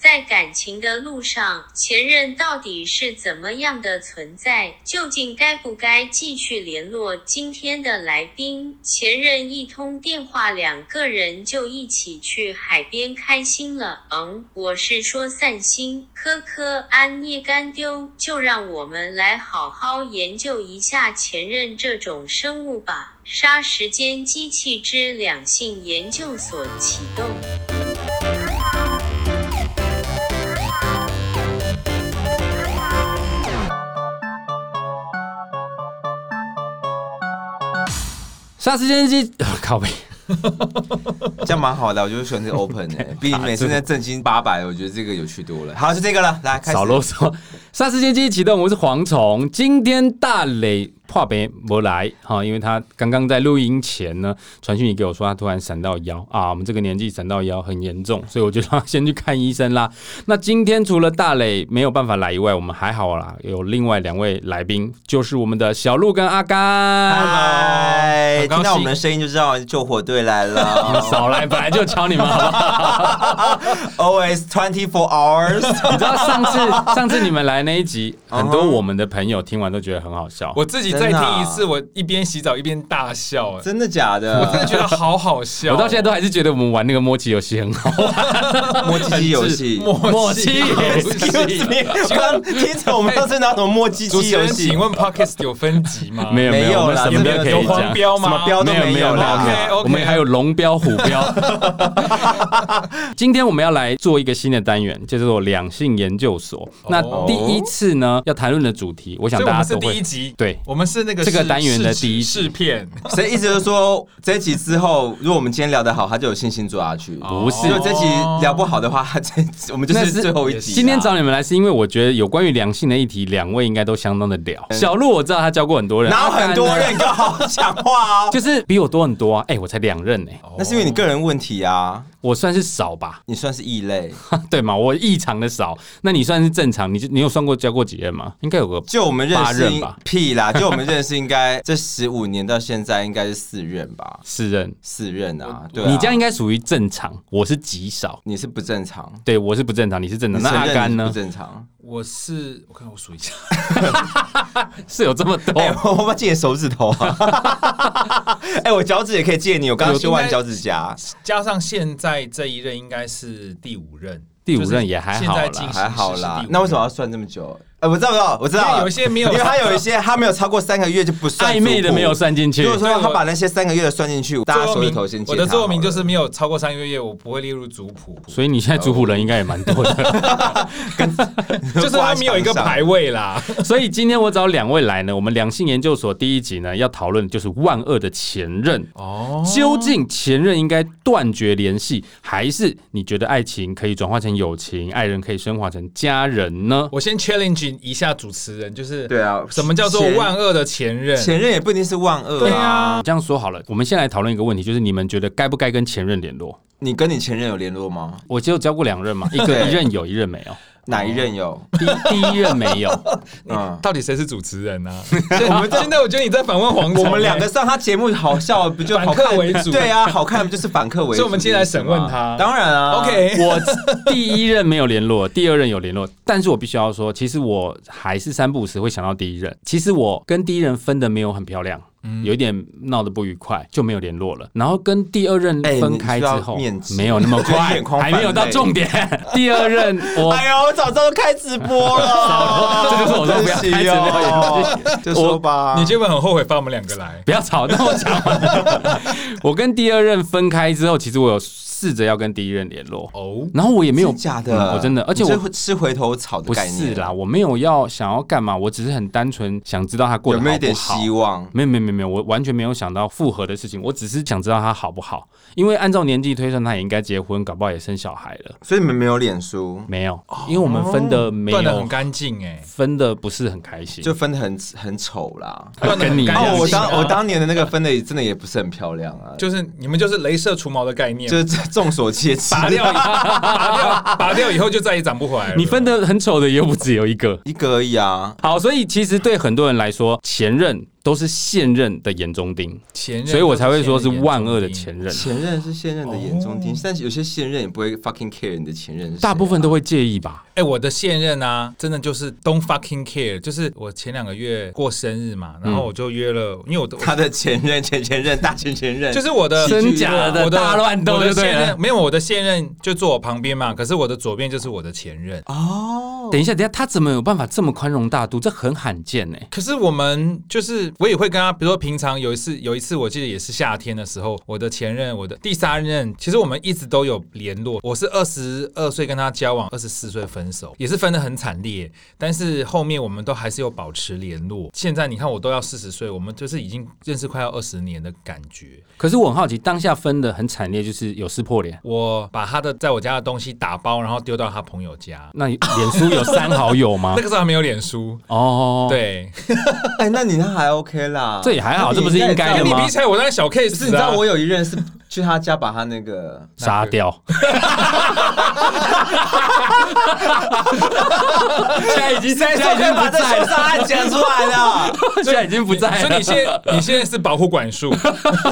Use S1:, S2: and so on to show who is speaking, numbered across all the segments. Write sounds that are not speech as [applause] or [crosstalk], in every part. S1: 在感情的路上，前任到底是怎么样的存在？究竟该不该继续联络？今天的来宾，前任一通电话，两个人就一起去海边开心了。嗯，我是说散心，科科安涅干丢，就让我们来好好研究一下前任这种生物吧。杀时间机器之两性研究所启动。
S2: 杀时间机、 [laughs] 啊靠背，
S3: 这样蛮好的，我就是喜欢这 [laughs] 个 open 哎、比你每次在正经八百，我觉得这个有趣多了。好，就这个了，来开始
S2: 少。啰嗦。杀时间机启动，我是蝗虫。今天大磊话别没来哈，因为他刚刚在录音前呢，传讯息给我说他突然闪到腰啊，我们这个年纪闪到腰很严重，所以我就让他先去看医生啦。那今天除了大磊没有办法来以外，我们还好啦，有另外两位来宾，就是我们的小鹿跟阿甘。
S3: 嗨，
S4: 很高
S3: 听
S4: 兴
S3: 到我们的声音就知道救火队来 [laughs] 了。
S2: 少来，本来就敲你们好不好？
S3: Always twenty four [laughs] hours。
S2: 你知道上次上次你们来那一
S3: [laughs]
S2: 集，
S3: 嗯
S2: 很多我们的朋友听完都觉得很好笑。
S4: 我自己再
S3: 真的啊
S4: 听一次，我一边洗澡一边大笑、哎，
S3: 真的假
S4: 我真的
S3: 的？
S4: 觉得好好笑。
S2: 我到现在都还是觉得我们玩那个摸棋游戏很好，
S3: 摸鸡鸡游戏。
S4: 默
S2: 契
S4: 默契
S3: Excuse me，刚刚听着我们上次拿什么摸鸡
S4: 主
S3: 鸡
S4: 持
S3: 游
S4: 人，
S3: 戏 [laughs]
S4: 请？问 Pockets 有分级吗？
S2: 没有
S3: 没
S2: 有，
S3: 有
S2: 我们
S3: 啦
S2: 什么
S3: 这
S2: 都
S3: 个
S2: 可
S4: 有
S2: 以
S4: 黄
S2: 讲。
S4: 标
S3: 什
S4: 吗？
S3: 么标都
S2: 没有没有
S3: 啦。
S2: 啦
S4: OK，OK
S2: 我们还有龙标、虎标。 [laughs] 今天我们要来做一个新的单元，叫做两性研究所。那第一次呢，要谈论的主题，我想
S4: 所以我
S2: 大
S4: 们
S2: 家
S4: 是
S2: 都
S4: 第
S2: 会
S4: 一。集，
S2: 对
S4: 我们是那个
S2: 这个
S4: 试
S2: 单元的第一集
S4: 试试
S3: [laughs]
S4: 片，
S3: 谁意思就是说这一集之后，如果我们今天聊得好，他就有信心做下去。
S2: 不是
S3: 如果这集啊聊不好的话，他这我们就
S2: 那
S3: 哦是最后一集啦。
S2: 今天找你们来是因为我觉得有关于两性的议题，两位应该都相当的聊。小鹿我知道他教过很多人，
S3: 然后
S2: 阿甘
S3: 很
S2: 呢
S3: 多 [laughs] 人跟我好好讲话哦。
S2: 就是比我多很多啊！哎、我才两任呢、
S3: 那是因为你个人问题啊，
S2: 我算是少吧，
S3: 你算是异类。
S2: 对嘛？我异常的少，那你算是正常？你就你有算过交过几任吗？应该有个
S3: 就我们认
S2: 八
S3: 识
S2: 任吧
S3: 屁啦，就我们认识应该这十五年到现在应该是四任吧，
S2: 四任，
S3: 四任啊，对啊
S2: 你这样应该属于正常，我是极少。
S3: 你是不正常，
S2: 对，我是不正常，你是正常。那
S3: 你承
S2: 阿
S3: 认
S2: 甘
S3: 你是
S2: 呢
S3: 不？正常。
S4: 我是我看我数一下，
S2: 是有这么多？
S3: 哎、我我要借你手指头啊！哎、我脚趾也可以借你，我刚刚修完脚趾甲，
S4: 加上现在这一任应该是第五任，
S2: 第五任也还好啦
S4: 就是现在进行时
S3: 还好啦
S4: 是第五。任
S3: 那为什么要算这么久？哎、我知道，我知道，我知道了，
S4: 因为有一些没有
S3: 因为他有一些他没有超过三个月就不
S2: [laughs]
S3: 算
S2: 暧昧的
S3: 住户
S2: 没有。算进去
S3: 如，果说他把那些三个月的算进去，大家手指头先借
S4: 我的
S3: 他
S4: 座右铭
S3: 好了
S4: 就是没有超过三个月，我不会列入族谱，
S2: 所以你现在主虎人应该也蛮多
S3: 哦
S2: 的。
S4: [laughs] 就是他没有一个排位啦。
S2: [laughs]
S4: [laughs]
S2: 所以今天我找两位来呢，我们两性研究所第一集呢要讨论的就是万恶的前任。
S4: 哦，
S2: 究竟前任应该断绝联系，还是你觉得爱情可以转化成友情，爱人可以升华成家人呢？
S4: 我先 challenge 一下主持人，就是
S3: 对啊
S4: 什么叫做
S3: 前
S4: 万恶的前任？
S3: 前任也不一定是万恶、啊，
S4: 对啊，
S2: 这样说好了，我们先来讨论一个问题，就是你们觉得该不该跟前任联络？
S3: 你跟你前任有联络吗？
S2: 我只有交过两任
S3: [laughs]
S2: 嘛，一个
S3: 对
S2: 一任有，一任没
S3: [laughs]
S2: 有。
S3: 哪一任有？
S2: 第第一任没有，
S4: 哦
S3: 嗯，
S4: 到底谁是主持人
S3: [laughs]
S4: 呢、啊？ [laughs] 我们现在我觉得你在反问黄哎总、
S3: 我们两个，上他节目好笑，不就好看
S4: [laughs] 反客为主
S3: 对啊，好看不就是反客为主？
S4: 所以我们今天来审问他
S3: 当然啊
S4: OK
S2: 我第一任没有联络，第二任有联络，但是我必须要说，其实我还是三不五时会想到第一任。其实我跟第一任分的没有很漂亮，
S3: 嗯
S2: 有一点闹得不愉快，就没有联络了。然后跟第二任
S3: 哎你
S2: 分开之
S3: 需
S2: 后，
S3: 要面子
S2: 没有那
S3: [laughs]
S2: 么
S3: 我觉得
S2: 快
S3: 眼眶，泛
S2: 还
S3: 泪
S2: 没有到重点。 [laughs] 第二任我。
S3: [laughs] 哎呀，我早知道开直播
S4: [laughs]
S3: 了，
S2: 这就是我说不要开直播
S3: 播 [laughs] 就说吧，
S4: 你就会很后悔把我们两个来。
S2: 不要吵，那我讲完。 [laughs] 我跟第二任分开之后，其实我有试着要跟第一任联络，
S4: 哦，
S2: 然后我也没有
S3: 真假的，
S2: 嗯我真的，而且
S3: 你
S2: 我
S3: 是吃回头草的
S2: 不
S3: 概念
S2: 是啦，，我没有要想要干啊嘛，我只是很单纯想知道他过
S3: 有
S2: 得好
S3: 没
S2: 不
S3: 有
S2: 好。
S3: 一点希望？
S2: 没有没有没有没有，我完全没有想到复合的事情，我只是想知道他好不好，因为按照年纪推算，他也应该结婚，搞不好也生小孩了。
S3: 所以你们没有脸书，
S2: 没有，因为我们分的没有、
S4: 断的很干净哎，
S2: 分的不是很开心，
S3: 就分的很很丑啦。
S4: 断的
S2: 跟你一样
S3: 哦，我
S2: 哎是啊
S3: 当我当年的那个分的真的也不是很漂亮啊，
S4: 就是你们就是镭射除毛的概念，
S3: 就就众所皆知。
S4: 拔
S3: [laughs]
S4: 掉以后，拔掉，拔掉以后就再也长不回来了。
S2: 你分的很丑的又不只有一个。
S3: 一个而已啊，
S2: 好，所以其实对很多人来说，前任都是现任的眼中钉，
S4: 前任，
S2: 所以我才会说是万恶的前。任。
S3: 前任是现任的眼中钉，但是有些现任也不会 fucking care 你的前任是谁啊、
S2: 哦大部分都会介意吧？
S4: 哎、我的现任啊，真的就是 don't fucking care。就是我前两个月过生日嘛，
S2: 嗯
S4: 然后我就约了，因为我的
S3: [laughs] 他的前任、前前任、大前前任，
S4: 就是我的
S2: 真假的
S4: 我的
S2: 大乱斗
S4: 我
S2: 就
S4: 的
S2: 对
S4: 现
S2: 了
S4: 任没有我的现任就坐我旁边嘛，可是我的左边就是我的前任。
S3: 哦，
S2: 等一下，等一下，他怎么有办法这么宽容大度？这很罕见欸呢、
S4: 可是我们就是我也会跟他，比如说平常有一次有一次我记得也是夏天的时候，我的前任我的第三任，其实我们一直都有联络。我是二十二岁跟他交往，二十四岁分手，也是分得很惨烈，但是后面我们都还是有保持联络。现在你看我都要四十岁，我们就是已经认识快要二十年的感觉。
S2: 可是我很好奇，当下分的很惨烈，就是有撕破脸。
S4: 我把他的在我家的东西打包，然后丢到他朋友
S3: 啊
S4: 家。
S2: 那你脸书有删好友吗
S4: [laughs] 那？个时候还没有脸书，
S2: 哦，，
S4: 对，
S3: 哎，那你那还 OK 啦，
S2: 这也还好
S3: 那你
S2: 这不是应该
S3: 那
S2: 的
S3: 你
S4: 你
S2: 吗啊
S4: 比起来我那个小 case，
S3: 不是，你知道我有一任是去他家把他那个，
S2: 杀
S4: [laughs]
S2: 掉。现在已经现在已经不在了，
S3: 杀案讲出来了？
S2: [laughs] 现在已经不在了。
S4: 所以你现在你现在是保护管束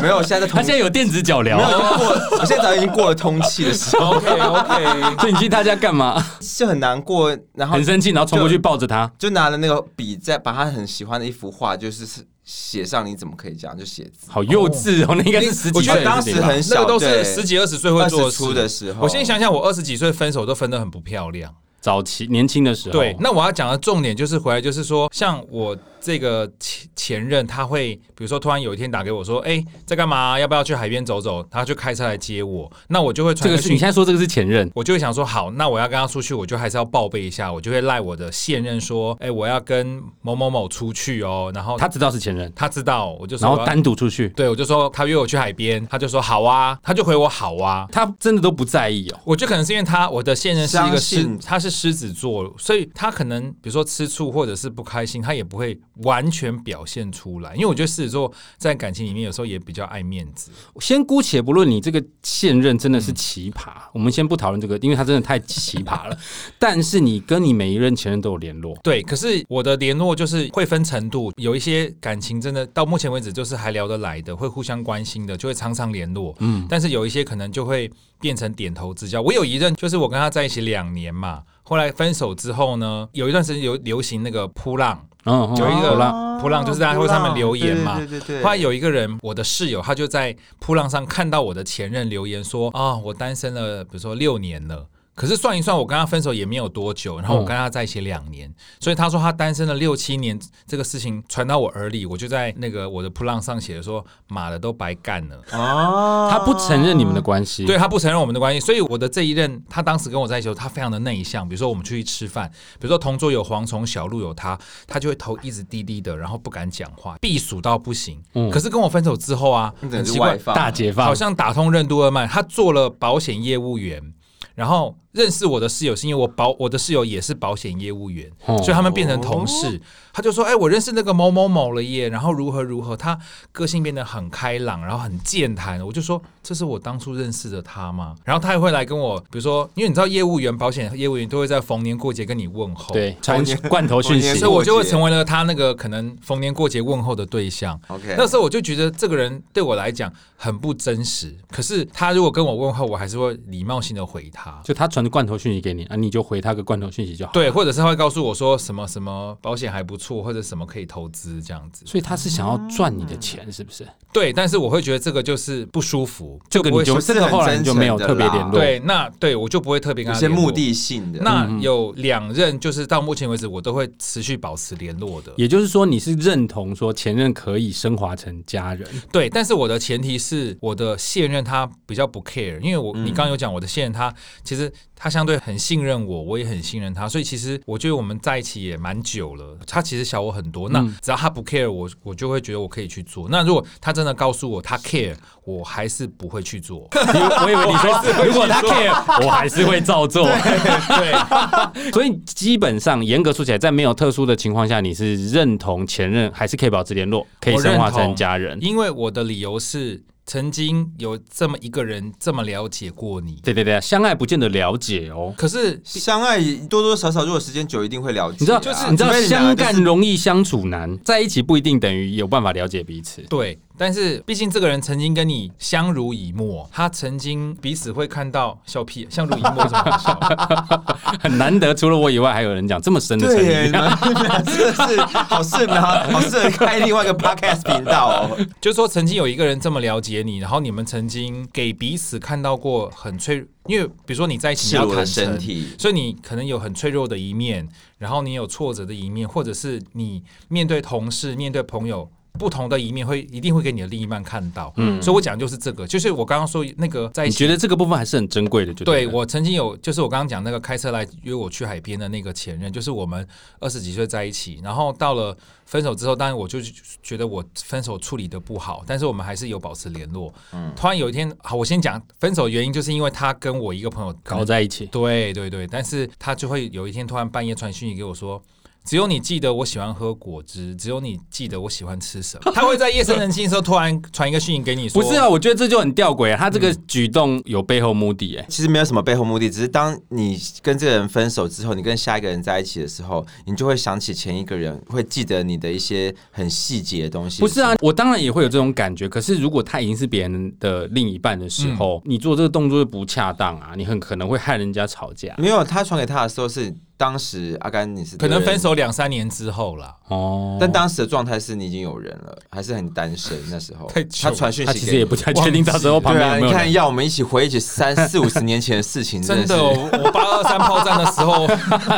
S3: 没有，现在
S2: 他
S3: 在通，
S2: 现在有电子脚镣
S3: 没，有已经过了，我现在早已经过了通气的时候， [laughs]
S4: ，OK OK，
S2: 所以你去他家干
S4: [laughs]
S2: 嘛？
S3: 就很难过，然后
S2: 很生气，然后冲过去抱着他。
S3: 就拿了那个笔在把他很喜欢的一幅画，就是写上你怎么可以这样就写字。
S2: 好幼稚哦，那应 [laughs] 该是十几
S3: 我觉
S2: 岁
S3: 得
S2: 的
S3: 当
S2: 事
S3: 时
S2: 情吧。
S3: 很
S4: 那
S3: 小，
S4: 个都是
S3: 对
S4: 十几二十岁会做
S3: 20出的时候哦
S4: 我现在想想，我二十几岁分手都分得很不漂亮。
S2: 早期年轻的时候，
S4: 对，那我要讲的重点就是回来，就是说，像我这个前前任，他会比如说突然有一天打给我说，哎、在干嘛？要不要去海边走走？他就开车来接我，那我就会
S2: 这
S4: 传
S2: 个
S4: 个
S2: 是你
S4: 讯息
S2: 现在说这个是前任，
S4: 我就会想说，好，那我要跟他出去，我就还是要报备一下，我就会赖我的现任说，哎、我要跟某某某出去哦，然后
S2: 他知道是前任，
S4: 他知道，我就说啊
S2: 然
S4: 我
S2: 后
S4: 要，
S2: 单独出去，
S4: 对我就说他约我去海边，他就说好啊，他就回我好啊。
S2: 他真的都不在意哦。
S4: 我觉得可能是因为他我的现任是一
S3: 相
S4: 个
S3: 信
S4: 狮，他是狮子座，所以他可能比如说吃醋或者是不开心，他也不会完全表现出来。因为我觉得狮子座在感情里面有时候也比较爱面子，
S2: 先姑且不论你这个现任真的是奇葩，
S4: 嗯
S2: 我们先不讨论这个，因为他真的太奇葩了。 [laughs] 但是你跟你每一任前任都有联络，
S4: 对。可是我的联络就是会分程度，有一些感情真的到目前为止就是还聊得来的，会互相关心的，就会常常联络。嗯，但是有一些可能就会变成点头之交。我有一任就是我跟他在一起两年嘛，后来分手之后呢，有一段时间有流行那个扑浪。
S2: 嗯，嗯
S4: 有一
S2: 好
S4: 个
S2: 啦，
S4: 哦扑浪，就是大家会上面留言嘛。
S3: 哦对对对对对
S4: 后来有一个人，我的室友，他就在扑浪上看到我的前任留言说：“啊、我单身了，比如说六年了。”可是算一算，我跟他分手也没有多久，然后我跟他在一起两年，所以他说他单身了六七年，这个事情传到我耳里，我就在那个我的扑浪上写的说：“妈的，都白干了。”
S3: 啊，
S2: 他不承认你们的关系，
S4: 对，他不承认我们的关系，所以我的这一任，他当时跟我在一起的时候，他非常的内向。比如说我们出去吃饭，比如说同桌有蝗虫，小鹿有他，他就会头一直低低的，然后不敢讲话，避暑到不行。可是跟我分手之后啊，
S3: 嗯你整个
S4: 很奇
S3: 是
S4: 怪
S3: 外，放
S2: 大解放
S4: 好，像打通任督二脉，他做了保险业务员。然后认识我的室友是因为我保我的室友也是保险业务员，
S2: 哦
S4: 所以他们变成同事。他就说：“哎，我认识那个某某某了耶。”然后如何如何，他个性变得很开朗，然后很健谈。我就说：“这是我当初认识的他吗？”然后他也会来跟我，比如说，因为你知道业务员、保险业务员都会在逢年过节跟你问候，
S2: 对，传
S3: 年
S2: 罐头讯
S3: 我
S2: 息
S4: 所以，我就会
S3: 过节
S4: 成为了他那个可能逢年过节问候的对象。
S3: OK
S4: 那时候我就觉得这个人对我来讲很不真实，可是他如果跟我问候，我还是会礼貌性的回他。
S2: 就他传罐头讯息给你啊，你就回他个罐头讯息就好。，
S4: 对，或者是他会告诉我说什么什么保险还不错，或者什么可以投资这样子。
S2: 所以他是想要赚
S4: 嗯
S2: 你的钱，是不是？
S4: 对，但是我会觉得这个就是不舒服，
S2: 这个你
S4: 不会
S2: 就
S4: 说
S2: 这个后来你就没有特别联络，
S4: 对，那对我就不会特别跟
S3: 有
S4: 他
S3: 些
S4: 联
S3: 目
S4: 络。
S3: 的性的。嗯
S4: 那有两任，就是到目前为止我都会持续保持联络的。
S2: 也就是说你是认同说前任可以升华成家人，
S4: 对，但是我的前提是我的现任他比较不 care，因为我、
S2: 嗯
S4: 你刚刚有讲我的现任他其实他相对很信任我，我也很信任他，所以其实我觉得我们在一起也蛮久了，他其实小我很
S2: 嗯
S4: 多，那只要他不 care 我，我就会觉得我可以去做。那如果他真的告诉我他 care，我还是不会去做。
S2: 因为我以为你说如果他 care，我还是会照做。
S4: 对，
S2: [laughs] 所以基本上严格说起来，在没有特殊的情况下，你是认同前任还是可以保持联络，可以
S4: 我
S2: 升
S4: 认
S2: 华成
S4: 同
S2: 家人。
S4: 因为我的理由是曾经有这么一个人这么了解过你，
S2: 对对对，相爱不见得了解哦。
S4: 可是
S3: 相爱多多少少，如果时间久，一定会了解啊。
S2: 你知道，
S3: 就是
S2: 你知道
S3: 除非两
S2: 相
S3: 个就是
S2: 干容易相处难，在一起不一定等于有办法了解彼此。
S4: 对，但是毕竟这个人曾经跟你相濡以沫，他曾经彼此会看到笑屁，相濡以沫有什么好笑？
S2: 很难得，除了我以外，还有人讲这么深的成
S3: 对耶，
S2: 语
S3: 你。们真的是好适合，好适合开另外一个 podcast 频道哦。
S4: 就是说，曾经有一个人这么了解你，然后你们曾经给彼此看到过很脆弱，因为比如说你在一起你
S3: 赤
S4: 哎要
S3: 裸
S4: 坦
S3: 的
S4: 诚
S3: 身，体，
S4: 所以你可能有很脆弱的一面，然后你有挫折的一面，或者是你面对同事、面对朋友。不同的一面会一定会给你的另一半看到，嗯，所以我讲的就是这个，就是我刚刚说那个在一
S2: 你
S4: 起
S2: 觉得这个部分还是很珍贵的，就
S4: 对
S2: 了
S4: 我曾经有，就是我刚刚讲那个开车来约我去海边的那个前任，就是我们二十几岁在一起，然后到了分手之后，当然我就觉得我分手处理的不好，但是我们还是有保持联络。突然有一天，好，我先讲分手原因，就是因为他跟我一个朋友可能
S2: 搞在一起。
S4: 对对对，但是他就会有一天突然半夜传讯息给我说。只有你记得我喜欢喝果汁，只有你记得我喜欢吃什么。他会在夜深人静的时候突然传一个讯息给你说，
S2: 不是啊，我觉得这就很吊诡、啊，他这个举动有背后目的、哎、
S3: 其实没有什么背后目的，只是当你跟这个人分手之后，你跟下一个人在一起的时候，你就会想起前一个人，会记得你的一些很细节的东西。
S2: 不是啊，我当然也会有这种感觉，可是如果他已经是别人的另一半的时候，你做这个动作就不恰当啊，你很可能会害人家吵架。
S3: 没有，他传给他的时候是当时阿甘你是
S4: 可能分
S3: 对，
S4: 手两三年之后啦。
S2: 哦，
S3: 但当时的状态是你已经有人了，还是很单身那时候。
S4: 太久
S3: 他传讯
S2: 他
S3: 息
S2: 其
S3: 给
S2: 实也不太确定到时候旁
S3: 对
S2: 边
S3: 啊，
S2: 有没
S3: 你
S2: 有人。
S3: 看要我们一起回忆起三四五十年前的事
S2: [laughs]
S3: 情，
S4: 真的
S3: 的
S4: 哦，我我八二三炮战的
S3: [laughs]
S4: 时候，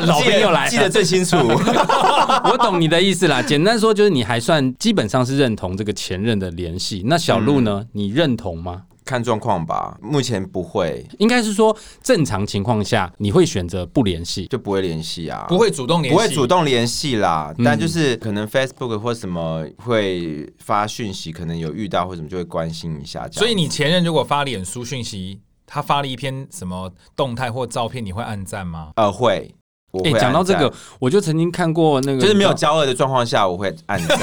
S2: 老兵又来了
S3: 记得最清楚。 [laughs]
S2: 我懂你的意思啦。简单说就是你还算基本上是认同这个前任的联系。那小鹿呢？你认同吗？
S3: 看状况吧，目前不会，
S2: 应该是说正常情况下你会选择不联系。
S3: 就不会联系啊，
S4: 不会主动联
S3: 不
S4: 系，
S3: 会主动联系啦。
S2: 嗯
S3: 但就是可能 Facebook 或什么会发讯息，可能有遇到或什么就会关心一下这样。
S4: 所以你前任如果发脸书讯息，他发了一篇什么动态或照片，你会按赞吗？
S3: 呃会，我会
S2: 诶哎讲到这
S3: 按
S2: 个呃
S3: 赞。，
S2: 我就曾经看过那个，
S3: 就是没有交恶的状况下，我会按
S2: [laughs]
S3: 赞。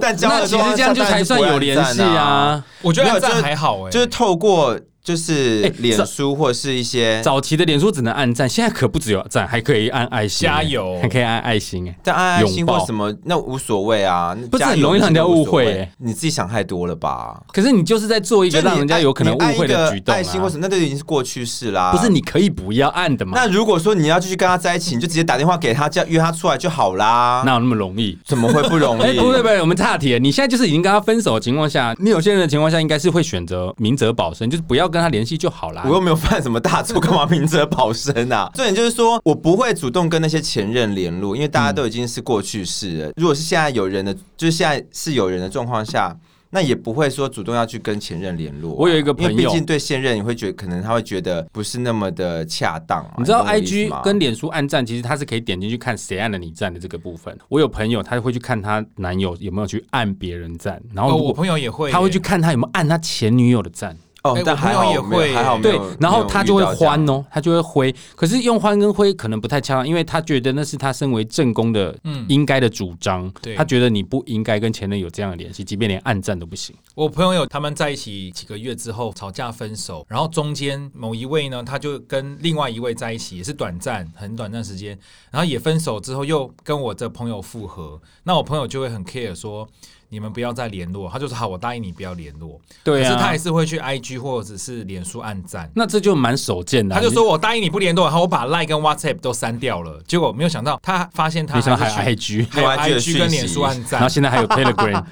S3: 但交恶
S2: 那
S3: 的
S2: 其
S3: 状
S2: 实
S3: 况
S2: 这
S3: 下
S2: 样就才算有联系
S3: 当然是不会按赞啊。
S2: 啊。
S4: 我觉得
S3: 没
S4: 按
S3: 有
S4: 赞
S3: 就是
S4: 还好哎、
S3: 就是透过就是
S2: 诶
S3: 脸书或是一些，
S2: 早期的脸书只能按赞，现在可不只有赞，还可以按爱心、欸
S4: 加油
S2: 还可以按爱心哎、
S3: 但按爱心
S2: 拥抱
S3: 或什么那无所谓啊，
S2: 不是
S3: 加油
S2: 很容易让人家误会
S3: 其实都无所
S2: 欸
S3: 你自己想太多了吧？
S2: 可是你就是在做一个
S3: 就你
S2: 让人家
S3: 按
S2: 有可能
S3: 你按
S2: 误会的
S3: 一个
S2: 举动、啊、
S3: 爱心或什么，那都已经是过去式啦。
S2: 不是你可以不要按的嘛？
S3: 那如果说你要继续跟他在一起，你就直接打电话给他，叫约他出来就好啦。
S2: 哪有那么容易？
S3: 怎么会不容
S2: [laughs]
S3: 易？
S2: 哎、不对不对，我们岔题了。你现在就是已经跟他分手的情况下，你有些人的情况下应该是会选择明哲保身，就是不要跟他联系就好啦
S3: 我。又没有犯什么大错，干嘛明哲保身啊？重点就是说我不会主动跟那些前任联络，因为大家都已经是过去式
S2: 嗯
S3: 了。如果是现在有人的，就是现在是有人的状况下。那也不会说主动要去跟前任联络啊、
S2: 我有一个朋友
S3: 因为毕竟对现任，你会觉得可能他会觉得不是那么的恰当嘛、
S2: 你知道
S3: 懂我意思
S2: IG
S3: 吗
S2: 跟脸书按赞，其实它是可以点进去看谁按了你赞的这个部分。我有朋友，他会去看他男友有没有去按别人赞，然
S4: 哦，
S2: 后如
S4: 我
S2: 果
S4: 朋友也会、
S2: 他会去。看他有没有按他前女友的赞，
S3: 哦
S4: 哎，
S3: 但
S4: 我朋
S3: 还
S4: 友
S3: 好
S4: 也
S3: 没有
S4: 会
S3: 还好没
S2: 对
S3: 有，
S2: 然后他就会
S3: 欢
S2: 欢哦，他就会挥。可是用欢跟挥可能不太恰当，因为他觉得那是他身为正宫的
S4: 嗯
S2: 应该的主张，
S4: 对
S2: 他觉得你不应该跟前任有这样的联系，即便连按赞都不行。
S4: 我朋友他们在一起几个月之后吵架分手，然后中间某一位呢，他就跟另外一位在一起，也是短暂很短暂时间，然后也分手之后又跟我的朋友复合，那我朋友就会很 care 说你们不要再联络，他就说好，我答应你不要联络，
S2: 对
S4: 可是他
S2: 啊
S4: 还，是会去 IG 或者是脸书按赞。
S2: 那这就蛮少见的啊。
S4: 他就说：“我答应你不联络，然后我把 Line 跟 WhatsApp 都删掉了。”结果没有想到，他发现
S2: 你，
S4: 他
S2: 没想到
S4: 还
S2: 还有
S4: 是
S2: IG，
S4: 去还有
S3: 还有 IG 的
S4: IG
S3: 讯
S4: 跟
S3: 息
S4: 脸书按
S2: 然后
S4: 赞，
S2: 现在还有
S4: [laughs]
S2: Telegram，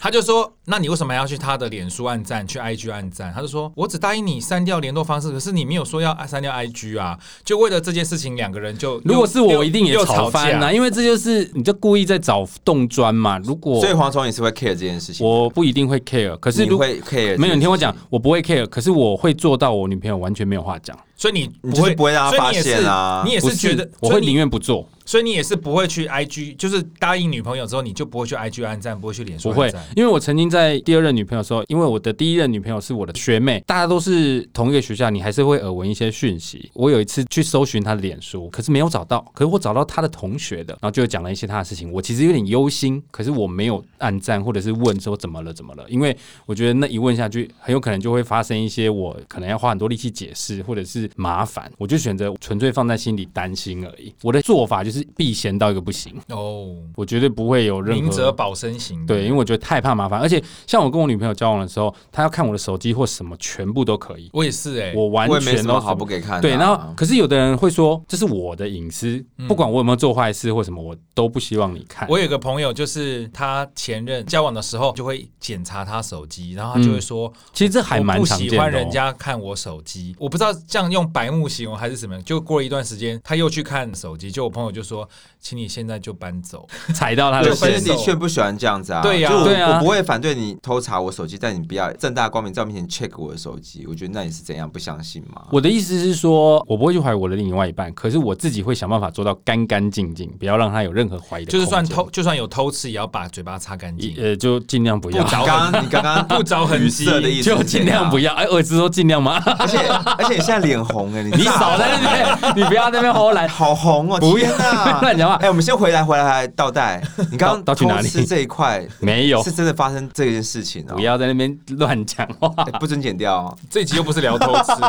S4: 他就说：“那你为什么要去他的脸书按赞，去 IG 按赞？”他就说：“我只答应你删掉联络方式，可是你没有说要删掉 IG 啊。”就为了这件事情，两个人就
S2: 如果是我，
S4: 又
S2: 我一定也
S4: 又
S2: 吵
S4: 吵
S2: 翻啊了、
S4: 架。
S2: 因为这就是你就故意在找洞砖嘛。如果
S3: 所以蝗虫也是会 care 这件事情的，
S2: 我不一定会 care，可是
S3: 你
S2: 如果
S3: 会 care 这件事情
S2: 没有，你听我讲，我不会 care，可是我会做到我女朋友完全没有话讲。
S4: 所以你
S3: 你
S4: 不
S3: 就是
S4: 会
S3: 不会让他
S4: 所以你也
S3: 发现
S4: 是
S3: 啊
S4: 你也
S2: 不
S4: 是觉得
S2: 我
S4: 所
S2: 会
S4: 以你
S2: 宁愿不做，
S4: 所以你也是不会去 IG，就是答应女朋友之后，你就不会去 IG 按赞，不会去脸书
S2: 不会
S4: 按赞。，
S2: 因为我曾经在第二任女朋友的时候，因为我的第一任女朋友是我的学妹，大家都是同一个学校，你还是会耳闻一些讯息。我有一次去搜寻她的脸书，可是没有找到，可是我找到她的同学的，然后就讲了一些她的事情。我其实有点忧心，可是我没有暗赞或者是问说怎么了怎么了，因为我觉得那一问下去，很有可能就会发生一些我可能要花很多力气解释或者是麻烦，我就选择纯粹放在心里担心而已。我的做法就是避嫌到一个不行，
S4: 哦，
S2: 我绝对不会有任何
S4: 明哲保身型。
S2: 对，因为我觉得太怕麻烦，而且像我跟我女朋友交往的时候，她要看我的手机或什么，全部都可以，
S4: 我也是哎、
S2: 我完
S3: 我也没
S2: 全
S3: 什
S2: 都
S3: 么好不给看的啊、
S2: 对。然后，可是有的人会说这是我的隐私，不管我有没有做坏事或什么，我都不希望你看。
S4: 嗯我有个朋友，就是他前任交往的时候就会检查他手机，然后他就会说：“
S2: 其实这嗯还蛮
S4: 我不
S2: 常见
S4: 喜
S2: 的、哦
S4: 欢。人家看我手机。”我不知道这样用白目形容还是什么样。就过了一段时间，他又去看手机，就我朋友就说：“请你现在就搬走。
S2: 踩到他
S3: 对，
S2: 的
S4: 就
S3: 其
S2: 线
S4: 分
S3: 实
S4: 手
S3: 的确不喜欢这样子啊。
S4: 对呀
S3: 就我
S2: 对啊
S3: 我不会反对你偷查我手机，但你不要正大光明在我面前 check 我的手机。我觉得那你是怎样不相信吗？
S2: 我的意思是说，我不会去怀疑我的另外一半，可是我自己会想办法做到干干净净，不要让他有任何怀疑”的
S4: 就
S2: 空
S4: 是
S2: 间。
S4: 算偷，就算有偷吃，也要把嘴巴擦干
S2: 一， [laughs]
S4: 净。
S2: 呃，就尽量不要
S3: 你，刚刚你刚刚
S4: 不着痕迹
S3: 语塞的意思，
S2: 就尽量不。要。哎，我是说尽量吗？
S3: 而且而且你现在脸红哎，你
S2: [laughs] 你
S3: 知道吗
S2: 少在那边，你 [laughs] 不要在那边胡
S3: [laughs]
S2: 来。
S3: 好红哦！
S2: 不要
S3: 天
S2: [laughs]
S3: 哪
S2: 乱讲话
S3: 哎，我们先回来回来倒带。你
S2: [laughs]
S3: 刚刚
S2: 倒倒去哪里
S3: 偷吃这一块
S2: 没有
S3: 是，真的发生这件事情哦。
S2: 不要在那边乱讲话。
S3: 哎，不准剪掉哦。
S4: 这集又不是聊偷
S2: [laughs]
S4: 吃，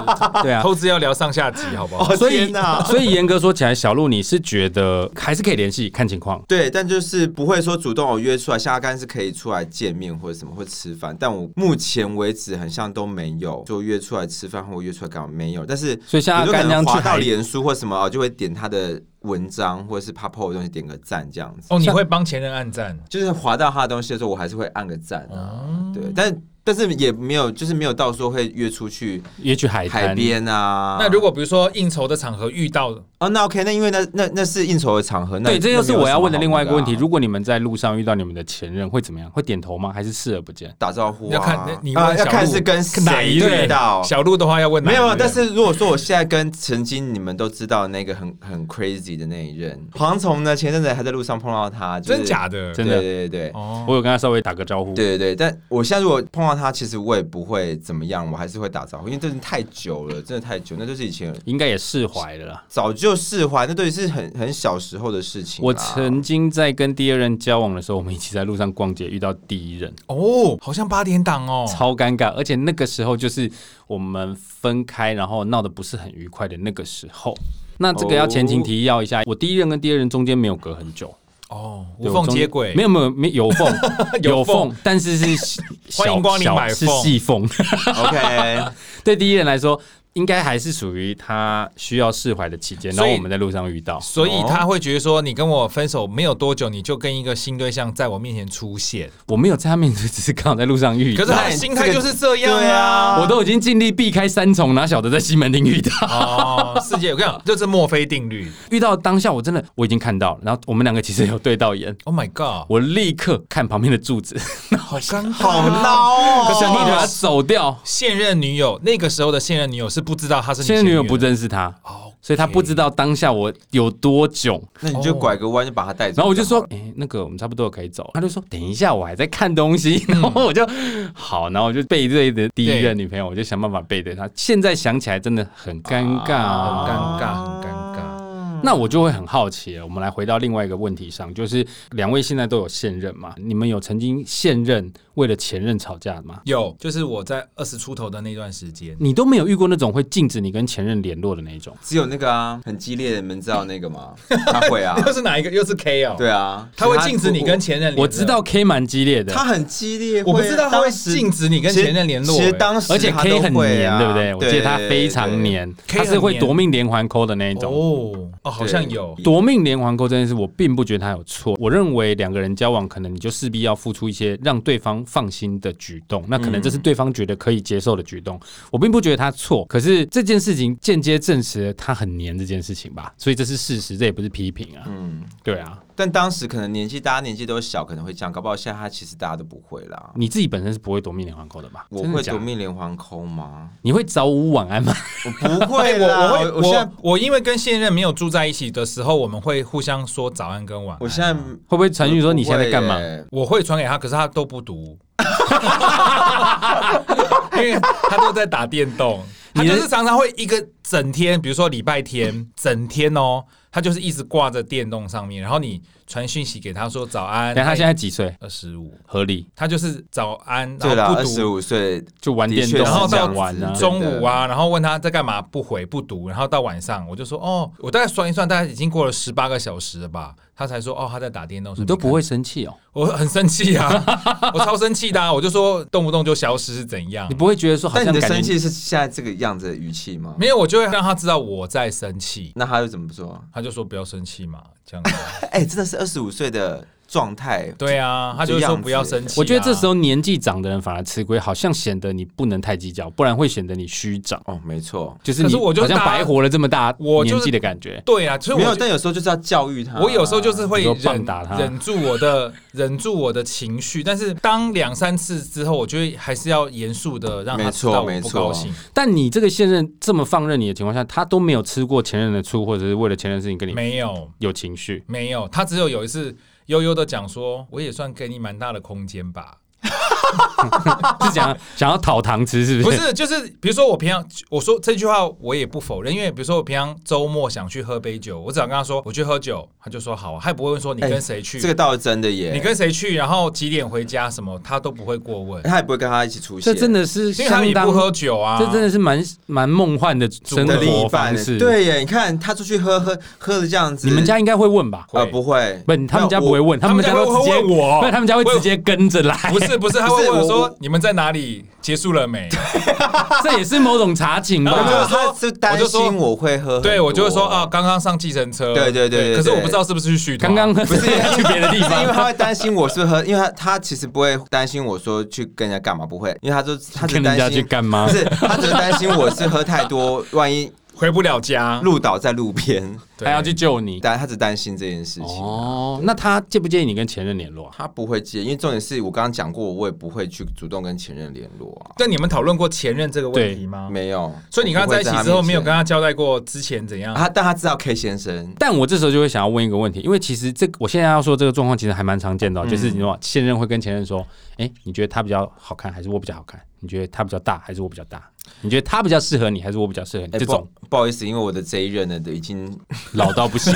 S2: 对啊
S4: 偷吃要聊上下集，
S2: [laughs]
S4: 好不好？
S3: 哦
S2: 所以
S3: 天哪，
S2: 所以严格说起来，小鹿你是觉得还是可以联系，看情况。
S3: 对，但就是不会说主动有约出来，下干是可以出来见面或者什么，或吃饭。但我目前为止很像都没有说约出来吃饭或约出来干嘛没有。但是
S2: 所以像阿
S3: 比如说
S2: 甘
S3: 可
S2: 这样
S3: 能
S2: 去
S3: 滑到
S2: 海
S3: 脸书或什么，哦就会点他的文章或者是他 PO 的东西点个赞这样子。
S4: 哦，你会帮前任按赞？
S3: 就是滑到他的东西的时候，我还是会按个赞
S2: 哦
S3: 啊。对，但但是也没有，就是没有到说会约出去
S2: 约去海滩
S3: 海边啊。
S4: 那如果比如说应酬的场合遇到，
S3: 哦，那 OK，那因为那那那是应酬的场合，那
S2: 对，这就是我要问的另外一个问题。
S3: 如
S2: 如果你们在路上遇到你们的前任，会怎么样？会点头吗？还是视而不见？
S3: 打招呼啊，
S4: 要看你
S3: 啊
S4: 问小
S3: 要
S4: 鹿
S3: 看是跟
S4: 哪
S3: 谁
S4: 一
S3: 遇
S4: 任
S3: 到。
S4: 小鹿的话要问哪
S3: 没
S4: 一任
S3: 有，啊，但是如果说我现在跟曾经你们都知道的那个很很 crazy 的那一任蝗虫呢，前阵子还在路上碰到他，就是、
S4: 真假的
S2: 真的
S3: 对对对对
S4: 哦，
S2: 我有跟他稍微打个招呼。
S3: 对对对，但我现在如果碰到他，其实我也不会怎么样，我还是会打招呼，因为真的太久了，真的太久，那就是以前
S2: 应该也释怀了啦。
S3: 早就释怀，那对是很很小时候的事情啦。
S2: 我曾经在跟第二任交往的时候，我们一起在路上逛街，遇到第一任，
S4: 哦，好像八点档哦，
S2: 超尴尬。而且那个时候就是我们分开，然后闹得不是很愉快的那个时候。那这个要前情提要一下，我第一任跟第二任中间没有隔很久，
S4: 哦，
S2: 对
S4: 无缝
S2: 我中
S4: 接轨，
S2: 没有没有没有缝
S4: 有
S2: 有
S4: 缝
S2: 缝，但是是小
S4: 欢迎光临
S2: 小
S4: 买
S2: 是
S4: 缝
S2: 细缝。
S3: OK，
S2: 对第一人来说，应该还是属于他需要释怀的期间。然
S4: 所以
S2: 后我们在路上遇到，
S4: 所以
S3: 哦
S4: 他会觉得说，你跟我分手没有多久，你就跟一个新对象在我面前出现，
S2: 我没有在他面前，只是刚好在路上遇
S4: 可
S2: 到
S4: 是。他的
S3: 那
S4: 心
S3: 这
S4: 态
S3: 个
S4: 就是这样
S3: 对
S4: 啊
S3: 啊。
S2: 我都已经尽力避开三重，哪晓得在西门町遇到？
S4: 哦，世界，我跟你讲，这是墨菲定律。
S2: 遇到当下我真的我已经看到了，然后我们两个其实有对到眼，
S4: Oh my god，
S2: 我立刻看旁边的柱子，
S4: 好尴尬，啊
S3: 好孬
S2: [laughs] 想办法
S3: 哦。
S2: 走掉。
S4: 现任女友，那个时候的现任女友是不知道她是你
S2: 现在女友不
S4: 的
S2: 认识他，
S4: 哦，
S2: 所以他不知道当下我有多囧。
S3: 那你就拐个弯就把他带走。
S2: 然后我就说，哎、那个我们差不多可以走。他就说，等一下，我还在看东西。 [laughs] 然后我就、好，然后我就背对的第一
S4: 对
S2: 任女朋友，我就想办法背对她。现在想起来真的很尴尬、啊。
S4: 很尴尬，很尴尬。
S2: 那我就会很好奇了。我们来回到另外一个问题上，就是两位现在都有现任嘛？你们有曾经现任为了前任吵架吗？
S3: 嗯
S4: 有，就是我在二十出头的那段时间，
S2: 你都没有遇过那种会禁止你跟前任联络的那一种？
S3: 只有那个啊，很激烈的，你们知道那个
S4: [laughs]
S3: 吗？他会啊，
S4: 又是哪一个？又是 K 哦，
S3: 对，啊，
S4: 他会禁止你跟前任联络，
S2: 我知道 K 蛮激烈的，
S3: 他很激烈，
S4: 我不知道他会禁止你跟前任联络
S3: 啊其实
S4: 欸
S3: 当时
S2: 而且
S3: 他
S2: K
S3: 都
S2: 很
S3: 会
S2: 黏，
S3: 啊
S2: 对不对？我记得他非常。
S3: 对对对
S2: 黏，
S4: K
S2: 他是
S4: 很
S2: 会
S4: 黏
S2: 夺命连环扣的那一种。
S4: 哦哦，好像
S3: 对
S4: 有，
S2: 夺命连环扣这件事，我并不觉得他有错。我认为两个人交往，可能你就势必要付出一些让对方放心的举动，那可能这是对方觉得可以接受的举动。我并不觉得他错，可是这件事情间接证实了他很黏这件事情吧，所以这是事实，这也不是批评啊。
S3: 嗯，
S2: 对啊，
S3: 但当时可能年纪大家年纪都小，可能会这样，搞不好现在他其实大家都不会啦。
S2: 你自己本身是不会夺命连环扣的吧？
S3: 我
S2: 真的
S3: 会
S2: 假
S3: 夺
S2: 的，
S3: 命连环扣
S4: [laughs]
S3: 吗？
S2: 你会早午晚安吗？ [laughs]
S3: 我不会
S4: 哎我
S3: 啦，
S4: 我
S3: 啊我
S4: 会
S3: 我现在
S4: 我我因为跟现任没有住在一起的时候，我们会互相说早安跟晚安。
S3: 我现在
S2: 会不会传讯说你现在在干嘛
S3: 不？会耶
S4: 我会传给他，可是他都不
S2: [laughs]
S4: 读，因为他都在打电动。他
S2: 你
S4: 就
S2: 的
S4: 是常常会一个整天，比如说礼拜天整天哦，他就是一直挂着电动上面。然后你传讯息给他说早安，哎
S2: 等他现在几岁？
S4: 二十五，
S2: 合理，
S4: 他就是早安，
S3: 对
S4: 然
S3: 啦，
S4: 后不
S3: 二十
S4: 读，
S3: 五岁
S2: 就玩
S3: 的
S2: 电
S3: 确
S2: 动，
S3: 是
S4: 然后到
S3: 这样子
S2: 玩啊
S3: 真的
S4: 中午啊，然后问他在干嘛，不回不读，然后到晚上我就说哦，我大概算一算，大概已经过了十八个小时了吧，他才说哦他在打电动，
S2: 你都
S4: 顺便看
S2: 不会生气哦，
S4: 我很生气啊， [laughs] 我超生气的、啊，我就说动不动就消失是怎样
S2: 你？不会觉得说好
S3: 但
S2: 像
S3: 你的
S2: 感觉
S3: 生气是啊现在这个样子的语气吗？
S4: 没有，我就会让他知道我在生气，
S3: 那他又怎么做？
S4: 他就说不要生气嘛，这样
S2: [laughs]
S4: 子。
S3: 哎、真的是二十五岁的状态，
S4: 对啊，他就会说不要生气、啊
S2: 我觉得这时，候年纪长的人反而吃亏，好像显得你不能太计较，不然会显得你虚长，
S3: 哦，没错，
S2: 就是你
S4: 可是我就
S2: 好像
S4: 大
S2: 白活了这么大
S4: 我就是
S2: 年纪的感觉。
S4: 对啊，所以
S3: 没
S4: 我
S3: 有，
S4: 就
S3: 但有时候就是要教育他。啊
S4: 我有时候就是会
S2: 你说棒
S4: 忍
S2: 打他
S4: 忍住我的 [laughs] 忍住我的情绪，但是当两三次之后，我就会还是要严肃的让他
S3: 没
S4: 知
S3: 错
S4: 道我
S3: 没
S4: 不
S3: 错
S4: 高兴。
S2: 但你这个现任这么放任你的情况下，他都没有吃过前任的醋，或者是为了前任的事情跟你
S4: 没有
S2: 有情绪。 [laughs]
S4: 没有，他只有有一次悠悠的讲说，我也算给你蛮大的空间吧。
S2: 是想想要讨糖吃，是不
S4: 不
S2: 是？
S4: 是，就是比如说我平常我说这句话，我也不否认，因为比如说我平常周末想去喝杯酒，我只要跟他说我去喝酒，他就说好啊，他也不会问说你跟谁去，
S3: 这个倒是真的耶，
S4: 嗯你跟谁去，然后几点回家什么，他都不会过问，
S3: 他也不会跟他一起出
S2: [laughs]
S3: 现，
S2: 这真的是
S4: 因为他
S2: 相
S4: 们也
S2: 当
S4: 不，喝酒啊，
S2: 这真的是蛮蛮梦幻的生
S3: 的另
S2: 活
S3: 一半
S2: 方
S3: 耶
S2: 式。，
S3: 对耶，你看他出去喝喝喝的这样子，
S2: 你们家应该会问吧？
S4: 会
S3: 呃不会，
S2: 不，他们家不会问，
S4: 他
S2: 们
S4: 们
S2: 家
S4: 家
S2: 都直接
S4: 会问我
S2: 不，他们家会直接跟着来。
S4: 不是不是，他会
S3: 不是
S4: 问我
S3: 我
S4: 说
S3: 我
S4: 你们在哪里，结束了没？
S2: [laughs] 这也是某种查情
S3: 那我。没有，
S2: 吧？
S3: 他是担
S4: 我就说
S3: 心我会喝很多，
S4: 对我就会说啊，刚刚上计程车，
S3: 对对对对
S4: 可是
S3: 对
S4: 我不知道是不是去续托
S2: 刚
S4: 啊
S2: 刚
S4: [laughs]
S3: 不是
S2: 去别的地
S3: 是 [laughs] 因为
S2: 方，
S3: 他会担心我是不是喝，因为他他其实不会担心我说去跟人家干嘛，不会，因为他就他只
S2: 跟人
S3: 担
S2: 家去
S3: 心。
S2: 干嘛
S3: 不？是，他只担心我是喝太多，万一
S4: 回不了家，
S3: 路倒在路边， [laughs]
S4: 对
S2: 他要去救你。
S3: 但他只担心这件事情。
S2: 哦，那他介不介意你跟前任联络啊？
S3: 他不会接，因为重点是我刚刚讲过，我也不会去主动跟前任联络啊。
S4: 跟你们讨论过前任这个问题吗？
S3: 没有，
S4: 所以你跟他在一起之后，没有跟
S3: 他
S4: 他交代过之前怎样
S3: 面前，？他但他知道 K 先生，
S2: 但我这时候就会想要问一个问题，因为其实这我现在要说这个状况其实还蛮常见的
S3: 嗯
S2: 哦，就是你说现任会跟前任说，哎，你觉得他比较好看还是我比较好看？你觉得他比较大还是我比较大？你觉得他比较适合你还是我比较适合你？
S3: 哎
S2: 这种
S3: 不不好意思，因为我的这一任呢，已经
S2: 老到
S3: [laughs]
S2: 不行，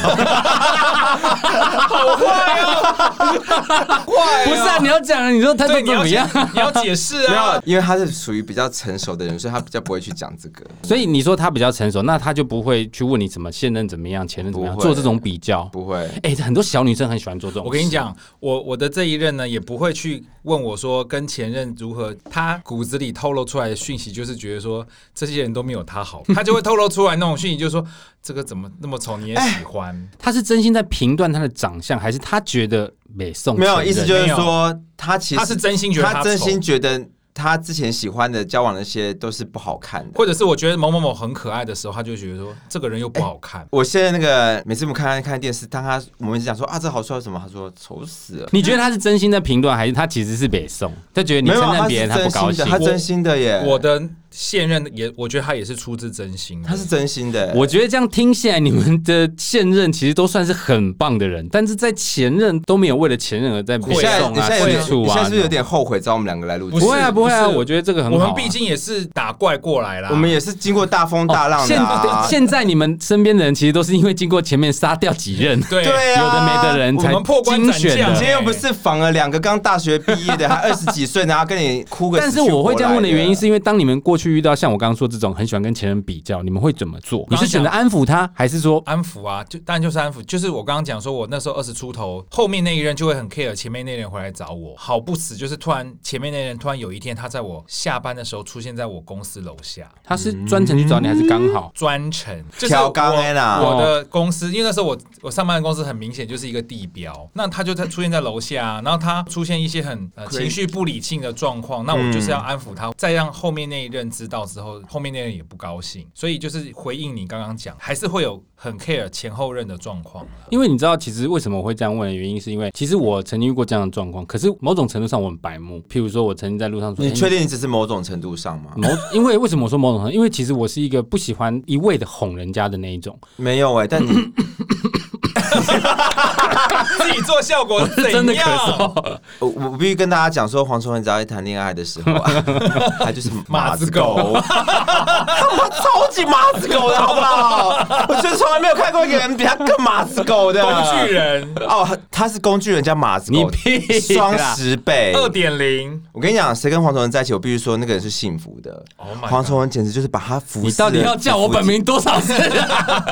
S4: 坏
S2: 不是啊？你要讲啊，你说他都
S4: 对，
S2: 怎
S4: 你要
S2: 么样？
S4: 解你要解释 [laughs]
S3: 没
S4: 啊
S3: 有，。因为他是属于比较成熟的人，所以他比较不会去讲这个，
S2: 所以你说他比较成熟，那他就不会去问你怎么现任怎么样，前任怎么样，
S3: 不会
S2: 做这种比较。
S3: 不会。
S2: 哎，很多小女生很喜欢做这种。
S4: 我跟你，讲，我我的这一任呢，也不会去问我说跟前任如何，他骨子里透露出来的讯息就是觉得说这些人都没有他好，他就会透露出来那种讯息，就是说这个怎么那么丑你也喜欢？
S2: 他是真心在评断他的长相，还是他觉得美颂
S3: 没有
S2: 前任
S3: 意思，就是
S4: 没有
S3: 说他其实
S4: 他是真心觉得
S3: 哎他真
S4: 丑
S3: 心觉得他之前喜欢的、交往的那些都是不好看的。
S4: 或者是我觉得某某某很可爱的时候，他就觉得说这个人又不好看。
S3: 我现在那个每次我们看看电视，当他我们一直讲说啊这好帅什么，他说丑死了。
S2: 你觉得他是真心在评断，还是他其实是北宋？他觉得你
S3: 没有，
S2: 称
S3: 他
S2: 赞
S3: 是
S2: 别人，他不
S3: 真
S2: 高
S3: 心
S2: 兴
S3: 的，。他
S2: 我
S3: 真心的耶，
S4: 我的现任也，我觉得他也是出自真心的，
S3: 他是真心的。
S2: 我觉得这样听下来，你们的现任其实都算是很棒的人，但是在前任都没有为了前任而在北
S3: 你
S4: 会
S3: 现在
S2: 宋
S3: 你
S2: 啊、
S3: 现在有
S2: 吃
S3: 点
S2: 醋
S3: 你现
S2: 啊
S3: 在是不。是有点后悔找我们两个来录？
S4: 不
S2: 不会啊，
S4: 是
S2: 不会啊，
S4: 不是
S2: 我觉得这个很好
S4: 我
S2: 啊。
S4: 们毕竟也是打怪过来啦。
S3: 我们也是经过大风大浪的
S2: 哦现
S3: [laughs] 啊。
S2: 现在你们身边的人其实都是因为经过前面杀掉几任，
S4: 对
S3: 对啊，
S2: 有的没的人才
S4: 我们破关
S2: 精选
S4: 斩将
S3: 今
S2: 的。
S3: 天又不是反而两个刚大学毕业的，还二十几岁，然后跟你哭个
S2: 但
S3: 死
S2: 是
S3: 去活来。
S2: 我会这样问的原因，是因为当你们过去遇到像我刚刚说这种很喜欢跟前任比较，你们会怎么做？你
S4: 刚
S2: 是选择安抚他，还是说
S4: 安抚啊，就当然就是安抚，就是我刚刚讲说，我那时候二十出头，后面那一任就会很 care 前面那人回来找我，好不死就是突然前面那人突然有一天他在我下班的时候出现在我公司楼下，
S2: 他是专程去找你，还是刚好？
S4: 专程就是
S3: 调
S4: 我
S3: 岗的啦
S4: 我的公司，因为那时候我我上班的公司很明显就是一个地标，那他就在出现在楼下，然
S3: 嗯
S4: 后他出现一些很、呃、情绪不理性的状况，那我就是要安抚他，再让后面那一任任知道之后，后面那个人也不高兴，所以就是回应你刚刚讲，还是会有很 care 前后任的状况啦。
S2: 因为你知道，其实为什么我会这样问的原因，是因为其实我曾经遇过这样的状况，可是某种程度上我很白目。譬如说，我曾经在路上说：“
S3: 你
S2: 哎
S3: 确定你只是某种程度上吗？
S2: 某？”因为为什么我说某种程度？因为其实我是一个不喜欢一味的哄人家的那一种。
S3: 没有哎、
S2: [laughs]
S3: 但你
S4: 自己
S2: [laughs]
S4: 做效果是
S2: 真的咳
S4: 怎样？
S2: 嗽，
S3: 我我必须跟大家讲说，黄崇仁只要一谈恋爱的时候、
S2: [laughs]
S3: 啊，他就是马子狗， [laughs] 他妈超级马子狗的好不好？我觉得从来没有看过一个人比他更马子
S2: [laughs]
S3: 狗的
S4: 工
S3: [laughs]
S4: 具。人
S3: 哦，他他是工具人加马子狗，
S2: 你屁
S3: 双
S2: 啦
S3: 十倍。
S4: 二点零，
S3: 我跟你讲，谁跟黄崇仁在一起，我必须说那个人是幸福的。
S4: Oh my god
S3: 黄崇仁简直就是把他服侍。
S2: 你到底要叫我本？名多少次？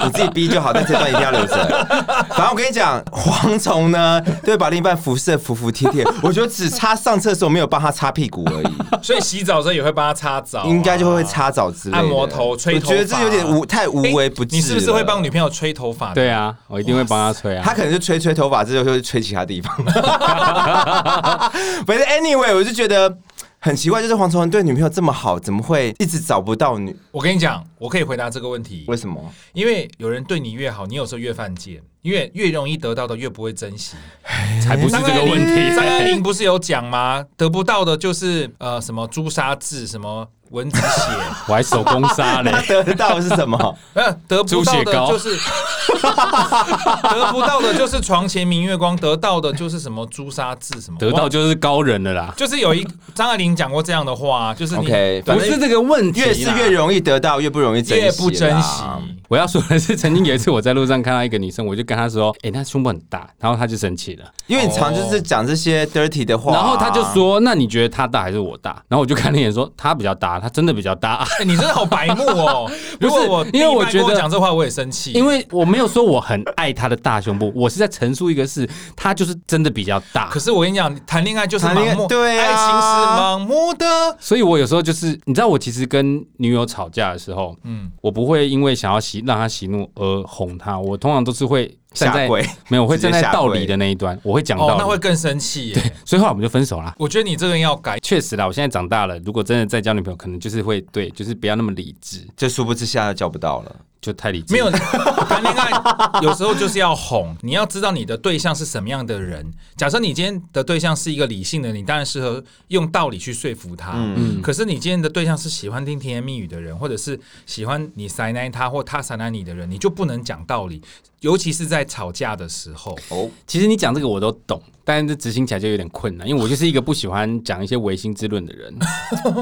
S3: 你自己逼就好，但这段一定要留
S4: [laughs]
S3: 着。反正我跟你讲，蝗虫呢，都会把另一半服侍的服服帖
S4: [laughs]
S3: 帖。我觉得只差上厕所没有帮他擦屁股而已，
S4: 所以洗澡的时候也会帮他擦澡啊、
S3: 应该就会擦澡之类的。
S4: 按摩头吹
S3: 我
S4: 头
S3: 觉得这有点
S4: 发
S3: 无太无
S4: 哎
S3: 微不至、
S4: 你是不是会帮？女朋友吹头发？
S2: [laughs] 对，啊，我一定会帮他吹啊
S3: 他。可能就吹吹头发，之后就会吹其他地方。 [laughs] 反正 anyway，我就觉得很奇怪，就是蝗虫对女朋友这么好，怎么会一直找不到女？
S4: 我跟你讲，我可以回答这个问题
S3: 为，什么？ [laughs]
S4: 因为有人对你越好，你有时候越犯贱，因为越容易得到的越不会珍惜。
S2: 才不是这个问题。
S4: 张爱玲不是有讲吗？得不到的就是呃什么朱砂痣，什么蚊子血，
S2: 我还手工杀
S3: [laughs]
S2: 嘞
S3: 他，得到的是什么？
S4: [laughs] 呃，得不到的
S2: 猪 [laughs]
S4: 就是得不到的就是床前明月光，得到的就是什么朱砂痣，什么
S2: 得到就是高人了啦。
S4: 就是有一张爱玲讲过这样的话，啊就是你
S3: OK，
S2: 不
S3: 反
S2: 是这个问题啦，
S3: 越是越容易得到，越不容易珍惜，
S4: 越不珍惜。
S2: 我要说的是，曾经有一次我在路上看到一个女生，我就跟她说：“哎、她胸部很大。”然后她就生气了，
S3: 因为你常就是讲这些
S4: 哦
S3: dirty 的话、
S2: 然后她就，说：“那你觉得她大还是我大？”然后我就看了一眼说：“她比较大，她真的比较大。 [laughs]
S4: 哎你真的好白目哦！如果我
S2: 因为我
S4: 另一半跟
S2: 觉得
S4: 讲这话，我也生”气，
S2: 因为我没有说我很爱她的大胸部，我是在陈述一个事，她就是真的比较大
S4: 可。是我跟你讲，谈恋爱就是
S3: 谈恋
S4: 盲
S3: 爱
S4: 目，
S3: 对啊
S4: 爱情是盲目的。哦
S2: 所以我有时候就是，你知道，我其实跟女友吵架的时候，
S4: 嗯，
S2: 我不会因为想要喜让她喜怒而哄她，我通常都是会站在
S3: 下跪
S2: 没有，我会站在
S3: 直接下跪
S2: 道理的那一端，我会讲
S4: 哦
S2: 道，理。
S4: 那会更生气耶。
S2: 所以后来我们就分手啦。
S4: 我觉得你这个人要改，
S2: 确实啦，我现在长大了，如果真的再交女朋友，可能就是会对，就是不要那么理智，
S3: 就殊不知现在叫不到了。
S2: 就太理智。
S4: 没有谈恋爱，有时候就是要哄，你要知道你的对象是什么样的人。假设你今天的对象是一个理性的，你当然适合用道理去说服他。嗯，可是你今天的对象是喜欢听甜言蜜语的人，或者是喜欢你塞奶他或他塞奶你的人，你就不能讲道理，尤其是在吵架的时候。
S3: 哦，
S2: 其实你讲这个我都懂，但是这执行起来就有点困难，因为我就是一个不喜欢讲一些唯心之论的
S4: [laughs]
S2: 人。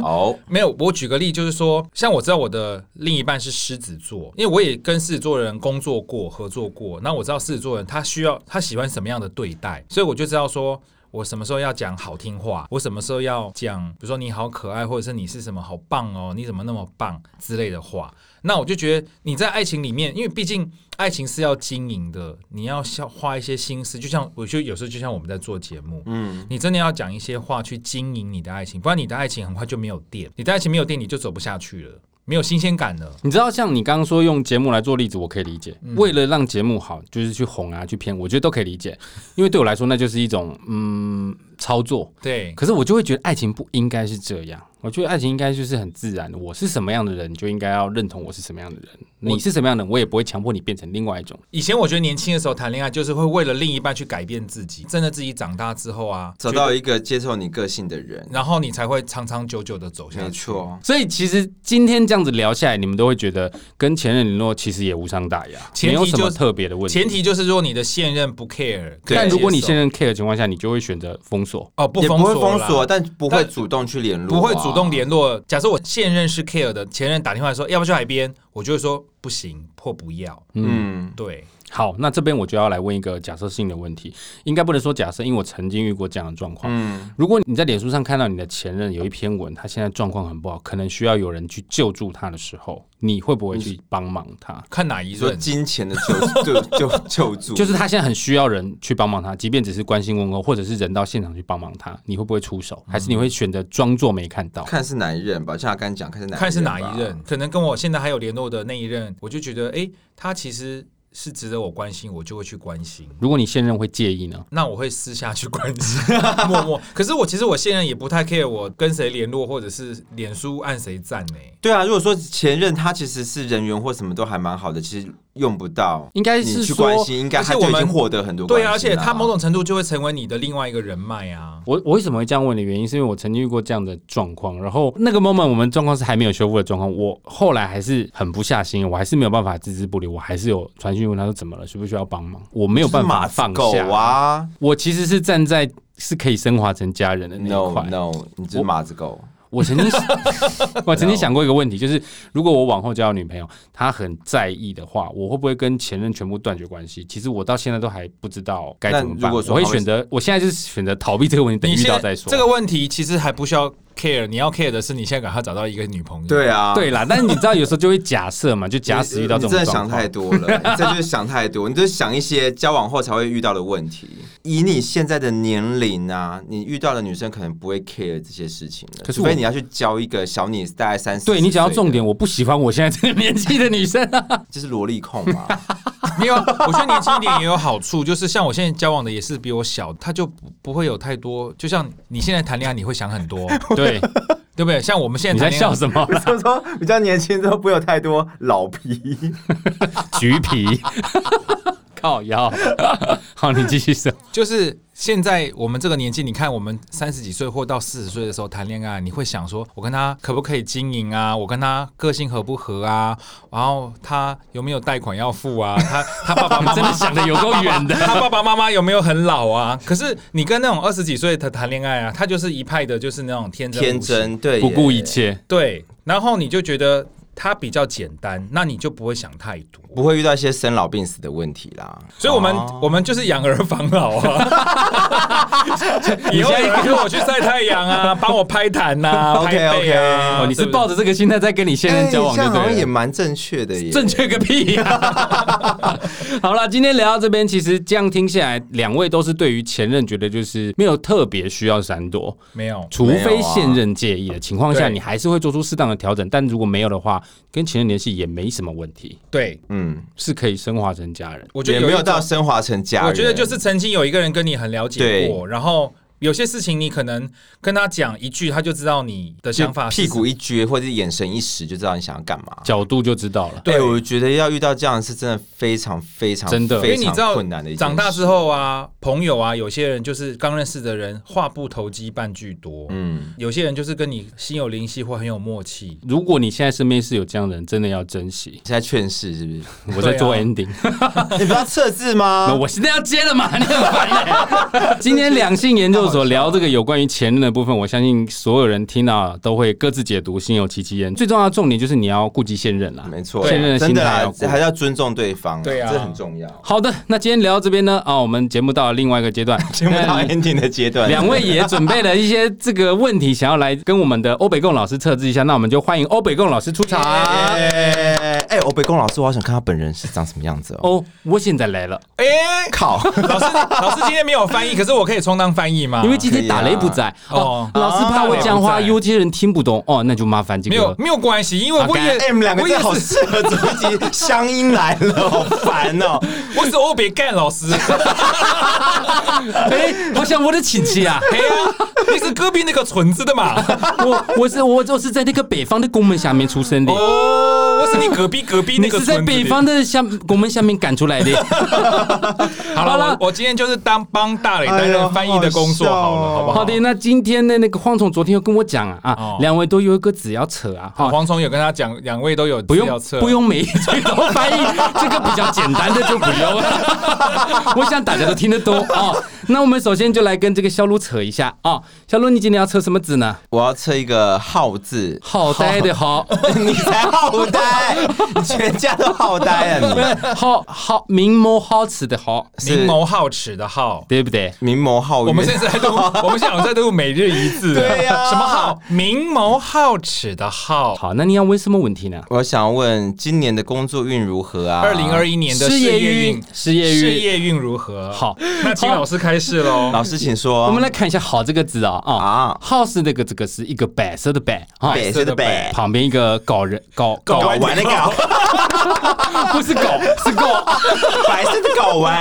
S3: 哦，
S4: 没有，我举个例，就是说，像我知道我的另一半是狮子座，因为我也跟狮子座人工作过、合作过，那我知道狮子座人他需要他喜欢什么样的对待，所以我就知道说。我什么时候要讲好听话？我什么时候要讲，比如说你好可爱，或者是你是什么好棒哦，你怎么那么棒之类的话？那我就觉得你在爱情里面，因为毕竟爱情是要经营的，你要消花一些心思。就像我就有时候就像我们在做节目，嗯，你真的要讲一些话去经营你的爱情，不然你的爱情很快就没有电，你的爱情没有电你就走不下去了，没有新鲜感了。
S2: 你知道，像你刚刚说用节目来做例子，我可以理解。
S4: 嗯
S2: 为了让节目好，就是去哄啊，去骗，我觉得都可以理解，因为对我来说那就是一种嗯操作。
S4: 对，
S2: 可是我就会觉得爱情不应该是这样，我觉得爱情应该就是很自然的。我是什么样的人，你就应该要认同我是什么样的人。你是什么样的人，我也不会强迫你变成另外一种。
S4: 以前我觉得年轻的时候谈恋爱就是会为了另一半去改变自己，真的自己长大之后啊，
S3: 找
S4: 觉
S3: 到
S4: 得
S3: 一个接受你个性的人，
S4: 然后你才会长长久久的走下
S3: 没
S4: 去。
S3: 错。
S2: 所以其实今天这样子聊下来，你们都会觉得跟前任联络其实也无伤大雅，
S4: 前
S2: 没
S4: 提
S2: 有什
S4: 就
S2: 么
S4: 是
S2: 特别的问题。
S4: 前提就是，如果你的现任不 care，
S3: 对
S2: 但如果你现
S4: 任
S2: 任 care 的情况下，你就会选择封锁。
S4: 哦不
S3: 也
S4: 封
S3: 不会
S4: 锁
S3: 封
S4: 啦
S3: 锁，但不会
S4: 但
S3: 主动去联络、啊
S4: 不会主动。联络。假设我现任是 care 的，前任打电话说要不要去海边，我就会说不行或不要。
S3: 嗯，
S4: 对，
S2: 好，那这边我就要来问一个假设性的问题，应该不能说假设，因为我曾经遇过这样的状况。嗯，如果你在脸书上看到你的前任有一篇文，他现在状况很不好，可能需要有人去救助他的时候，你会不会去帮忙他？
S4: 看哪一
S3: 你说
S4: 任。
S3: 金钱的救 [laughs] 救救救助，
S2: 就是他现在很需要人去帮忙他，即便只是关心问候，或者是人到现场去帮忙他，你会不会出手？还是你会选择装作没看到？
S3: 看是哪一任吧，像他刚才讲，看是哪
S4: 看是哪
S3: 吧
S4: 一任，。可能跟我现在还有联络的那一任，我就觉得，哎、他其实是值得我关心，我就会去关心。
S2: 如果你现任会介意呢？
S4: 那我会私下去关心， [laughs] 默默。可是我其实我现任也不太 care 我跟谁联络，或者是脸书按谁赞呢。
S3: 对啊，如果说前任他其实是人缘或什么都还蛮好的，其实用不到，
S2: 应该
S3: 你
S2: 是
S3: 去
S2: 说
S3: 关心，应该
S4: 而且
S3: 他就
S4: 我
S3: 已
S4: 们
S3: 经获得很多关
S4: 对
S3: 心
S4: 啊，
S3: 啊。
S4: 而且他某种程度就会成为你的另外一个人脉啊。
S2: 我我为什么会这样问的原因，是因为我曾经遇过这样的状况，然后那个 moment 我们状况是还没有修复的状况，我后来还是很不下心，我还是没有办法置之不理，我还是有传讯问他说怎么了，需不需要帮忙，我没有办法放
S3: 狗
S2: 下。
S3: 啊
S2: 我其实是站在是可以升华成家人的那一
S3: ，no
S2: 块。
S3: no，你只是马子狗。
S2: 我曾
S3: [laughs]
S2: 经 [laughs] 我曾经想过一个问题，就是如果我往后交女朋友，她很在意的话，我会不会跟前任全部断绝关系？其实我到现在都还不知道该怎么
S3: 那
S2: 办。
S3: 如果说
S2: 我会
S3: 她会
S2: 选择，我现在就是选择逃避这个问题，等
S4: 你
S2: 遇
S4: 现
S2: 到
S4: 在
S2: 再说。
S4: 这个问题其实还不需要 care，你要 care 的是你现在赶快找到一个女朋友。
S3: 对啊，
S2: [laughs] 对啦，但是你知道有时候就会假设嘛，就假使遇到这种
S3: 你真的
S2: 状
S3: 想太
S2: 况。
S3: 多
S2: [laughs]
S3: 了，你这就是想太多，你就是想一些交往后才会遇到的问题。以你现在的年龄啊，你遇到的女生可能不会 care 这些事情的，
S2: 可是
S3: 除
S2: 我
S3: 非你要去交一个小你大概三十，
S2: 对你讲到重点，，我不喜欢我现在这个年纪的女生、 [laughs] 啊。
S3: 就是萝莉控嘛。 [laughs]
S4: 没有，我觉得年轻一点也有好处，就是像我现在交往的也是比我小，他就不不会有太多。就像你现在谈恋爱，你会想很多， [laughs]
S2: 对，
S4: 对不对？像我们现
S2: 你
S4: 在
S2: 在
S4: 谈恋
S2: 笑
S4: 爱，
S2: 什么啦？
S3: 他说比较年轻之后不会有太多老
S2: [laughs]
S3: 皮，
S2: [laughs] 橘皮， [laughs] 靠腰。 [laughs] 好，你继续 [laughs] 说。
S4: 就是现在我们这个年纪，你看我们三十几岁或到四十岁的时候谈恋爱，你会想说，我跟他可不可以经营啊？我跟他个性合不合啊？然后他有没有贷款要付啊？他他爸爸 [laughs] 妈
S2: 你真
S4: 妈
S2: 的想的有够远
S3: [laughs]
S2: 的。
S4: 他爸爸妈妈有没有很老啊？可是你跟那种二十几岁的谈恋爱啊，他就是一派的，就是那种天真无邪
S3: 天真对，
S2: 不顾一。切，
S4: 对，然后你就觉得他比较简单，那你就不会想太多。
S3: 不会遇到一些生老病死的问题啦。
S4: 所以，我们、
S3: 哦
S4: 我们就是养儿防老啊！
S3: [laughs]
S4: 以后有人跟我去晒太阳啊，帮我拍坛呐、啊、拍
S3: OK，OK
S4: 背啊。
S2: 哦，你是
S4: 对不对
S2: 抱着这个心态在跟你现任交往
S3: 哎这
S2: 就
S3: 样好像
S2: 对
S3: 也
S2: 了。
S3: 蛮正确的耶。
S2: 正确个屁呀、
S3: [laughs]
S2: 好了，今天聊到这边，其实这样听下来，两位都是对于前任觉得就是没有特别需要闪躲，
S4: 没有？
S2: 除非现任介意的情况下，
S4: 对
S2: 你还是会做出适当的调整。但如果没有的话，跟前任联系也没什么问题，
S4: 对，
S3: 嗯，
S2: 是可以升华成家人。
S4: 我觉得
S3: 也
S4: 有
S3: 没
S4: 一
S3: 有到
S4: 种
S3: 升华成家人。
S4: 我觉得就是曾经有一个人跟你很了解
S3: 对
S4: 过，然后有些事情你可能跟他讲一句，他就知道你的想法是
S3: 屁
S4: 什么
S3: 股一撅或者眼神一使就知道你想要干嘛。
S2: 角度就知道了。
S3: 对，我觉得要遇到这样是真的非常非常
S2: 真的
S4: 因为
S3: 非
S4: 你
S3: 常
S4: 知道
S3: 困难的一件事。
S4: 长大之，后啊，朋友啊，有些人就是刚认识的人，话不投机半句多。
S3: 嗯，
S4: 有些人就是跟你心有灵犀或很有默契，
S2: 如果你现在身边是有这样的人，真的要珍惜。
S3: 你现在劝世是不是？
S4: [laughs]
S2: 我在做
S4: 对啊
S2: ending。
S3: [laughs] 你不要测字吗
S2: 那？我现在要接了嘛？你很烦欸 [laughs] 今天两性研究所聊这个有关于前任的部分，我相信所有人听到都会各自解读，心有戚戚焉。最重要的重点就是你要顾及现任啦。
S3: 没错，
S2: 现任的
S3: 真
S2: 心
S3: 的
S2: 态
S3: 啦
S2: 要，顾
S3: 还是要尊重对方，
S4: 对啊
S3: 这很重要。
S2: 好的，那今天聊到这边呢，啊，我们节目到了另外一个阶段，
S3: [laughs] 节目到 ending 的阶
S4: [laughs]
S3: 段，
S2: 两位也准备了一些这个问题，想要来跟我们的欧北贡老师测试一下，那我们就欢迎欧北贡老师出场。
S3: 哎，哎，欧北贡老师，我好想看他本人是长什么样子哦。
S2: 哦，我现在来了，
S4: 哎、
S3: [laughs] 靠，
S4: 老师，老师今天没有翻译，可是我可以充当翻译吗？
S2: 因为今天打雷不在
S4: 啊可以啊
S2: 哦
S4: 哦，
S2: 老师怕我讲话
S4: 啊
S2: 有些人听不懂哦，那就麻烦这
S4: 没
S2: 个
S4: 有没有关系，因为我也
S3: 哎，你们两个
S4: 我
S3: 真
S4: 也
S3: 的好
S4: 是
S3: 适合主一集乡音来了，好烦哦。
S4: 我是欧别干老师，
S2: 哎、好像我的亲戚
S4: [laughs]
S2: 啊！
S4: 哎呀，你是隔壁那个村子的 [laughs] 嘛？
S2: 我我是我我是在那个北方的宫门下面出生的，
S4: 哦，我是你隔壁隔壁
S2: 你
S4: 那个
S2: 是
S4: 村子
S2: 在
S4: 的。
S2: 北方的下宫门下面赶出来
S4: [laughs]
S2: 的。
S4: 好
S2: 好
S4: 了
S2: 了，
S4: 我我今天就是当帮大磊担
S3: 哎
S4: 任
S3: 呦
S4: 翻译的工作好了，
S3: 好
S4: 好不
S3: 好笑哦
S4: 好？
S2: 好的，那今天的那个蝗虫昨天又跟我讲啊啊
S4: 哦，
S2: 两、位都有一个字要扯啊，哈、
S4: 黄虫有跟他讲，两位都有
S2: 不
S4: 不
S2: 用不用每一句都翻译，这个比较简单的就不用了。 [laughs] 我想大家都听得懂哦。那我们首先就来跟这个小鹿扯一下啊、哦，小鹿，你今天要扯什么字呢？
S3: [laughs] 我要测一个浩字，
S2: 好呆的 [laughs] 好，
S3: [laughs] 你才好呆，你全家都好呆啊！
S2: 好好明眸好齿的好，
S3: 你
S4: 明
S3: 是
S4: 眸皓齿的皓。
S2: 对不对？
S3: 明眸皓月，
S4: 我们现在在录，我们现在有在录每日一字。
S2: [laughs]
S4: 啊
S3: 对呀
S4: 什么皓？明眸皓齿的皓。
S2: 好，那你要问什么问题呢？
S3: 我想要问今年的工作运如何啊？
S4: 二零二一年的
S2: 事业
S4: 业
S2: 运
S4: 运，，
S2: 事业
S4: 事
S2: 运。
S4: 业运如何？
S2: 好，
S4: 那请老师开始
S2: [laughs]
S4: 喽。
S3: 老师，请说。
S2: 我们来看一下“好”这个字啊啊，“
S3: 啊，
S2: 好”是那个这个是一个白色的白啊，
S3: 白色的白，
S2: 旁边一个搞人搞
S3: 搞完的搞鸟，
S2: 不是狗，是 [laughs] 狗，
S3: 白色的睾丸。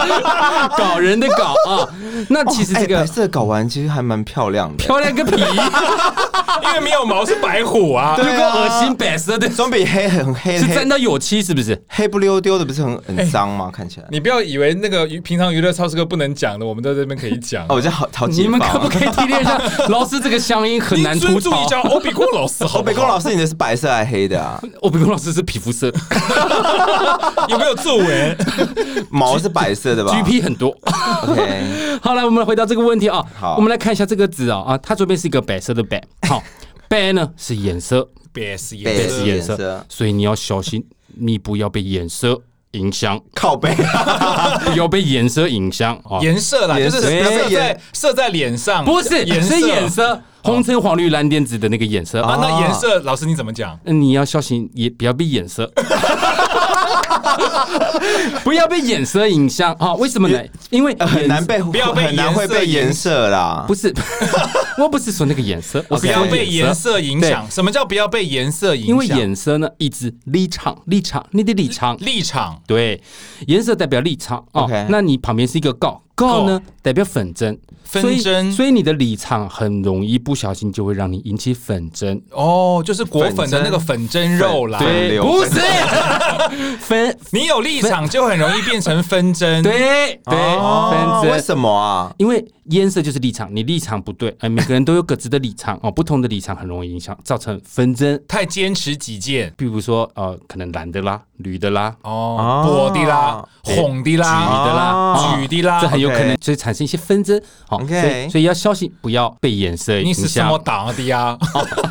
S2: [laughs] 搞人的搞啊。那其实这
S3: 哎
S2: 个
S3: 白色的睾丸其实还蛮漂亮的，
S2: 漂亮个皮，
S4: 因为没有毛是白虎啊。
S2: 有
S3: 对
S2: 个
S3: 啊
S2: 恶心白色的，
S3: 总比黑很黑
S2: 是沾
S3: 黑
S2: 到有漆是不是？
S3: 黑不溜丢的不是很很脏吗？看起来。
S4: 你不要以为那个娱平常娱乐超市哥不能讲的，我们在这边可以讲。
S3: 哦，我觉得好好解
S2: 你们
S3: 放
S2: 可不
S3: 啊。
S2: 可以体谅一下老师这个乡音很难
S4: 你
S2: 吐
S4: 尊重
S2: 槽
S4: 一？下欧比光老师，
S3: 哦，
S4: 好不
S3: 北宫
S4: 好？
S3: 老师，你的是白色还是黑的啊？
S2: 我比公哦老师是皮肤色
S4: 有没有
S2: [laughs]
S4: 皱纹？
S3: 毛是白色的吧
S2: ，GP 很多。 [laughs]
S3: OK，
S2: 好，来我们回答这个问题啊。
S3: 好
S2: 我们来看一下这个字啊啊，它左边是一个白色的白，好，白呢是颜色，
S4: 别是
S3: 白
S2: 是
S4: 别
S3: 是
S2: 颜
S3: 颜
S2: 色
S3: 色，
S2: 所以你要小心，你不要被颜色影响， [laughs]
S3: 靠背。
S2: 不要被颜色影响啊。
S4: 颜色啦，就
S3: 颜
S4: 是
S3: 色
S4: 射在
S3: 颜
S4: 射在脸上，
S2: 不是，
S4: 颜色
S2: 是颜色，红橙黄绿蓝靛紫的那个颜色
S4: 啊
S2: 啊。。
S4: 那颜色老师你怎么讲？
S2: 你要小心，也不要被颜色， [laughs] 不要被颜色影响啊！为什么呢？因为
S3: 呃 [laughs] 很难被
S4: 不要被
S3: 很难会被
S4: 颜
S3: 颜色啦，
S2: 不是， [laughs] 我不是说那个颜色，我
S4: 不
S2: 是
S3: OK
S4: 要
S2: 说
S4: 被颜色影响。什么叫不要被颜色影响？
S2: 因为颜色呢，一直立场，立场，你的立场，
S4: 立场
S2: 对，颜色代表立场啊。
S3: OK
S2: 那你旁边是一个告，告呢代表纷争，
S4: 纷
S2: 所以
S4: 争
S2: 所以你的立场很容易不小心就会让你引起纷争。
S4: 哦，就是果粉的那个粉蒸肉啦。
S3: 粉对流
S2: 不是分，
S4: 你有立场就很容易变成纷争。
S2: 对
S3: 哦
S2: 对，纷
S3: 为
S2: 争。
S3: 什么啊？
S2: 因为颜色就是立场，你立场不对，哎、每个人都有各自的立场哦，不同的立场很容易影响，造成纷争。
S4: 太坚持己见
S2: 比如说，呃，可能蓝的啦、绿的啦、
S4: 哦，
S3: 哦
S4: 薄的啦，红
S2: 橘
S4: 的啦，
S2: 的啦、
S3: 哦
S2: 啊
S4: 橘的啦
S2: 这很有可能
S3: OK
S2: 所以产生一些纷争。好、
S3: OK
S2: 所以所以要小心，不要被颜色影
S4: 你是什
S2: 响
S4: 么，党的呀？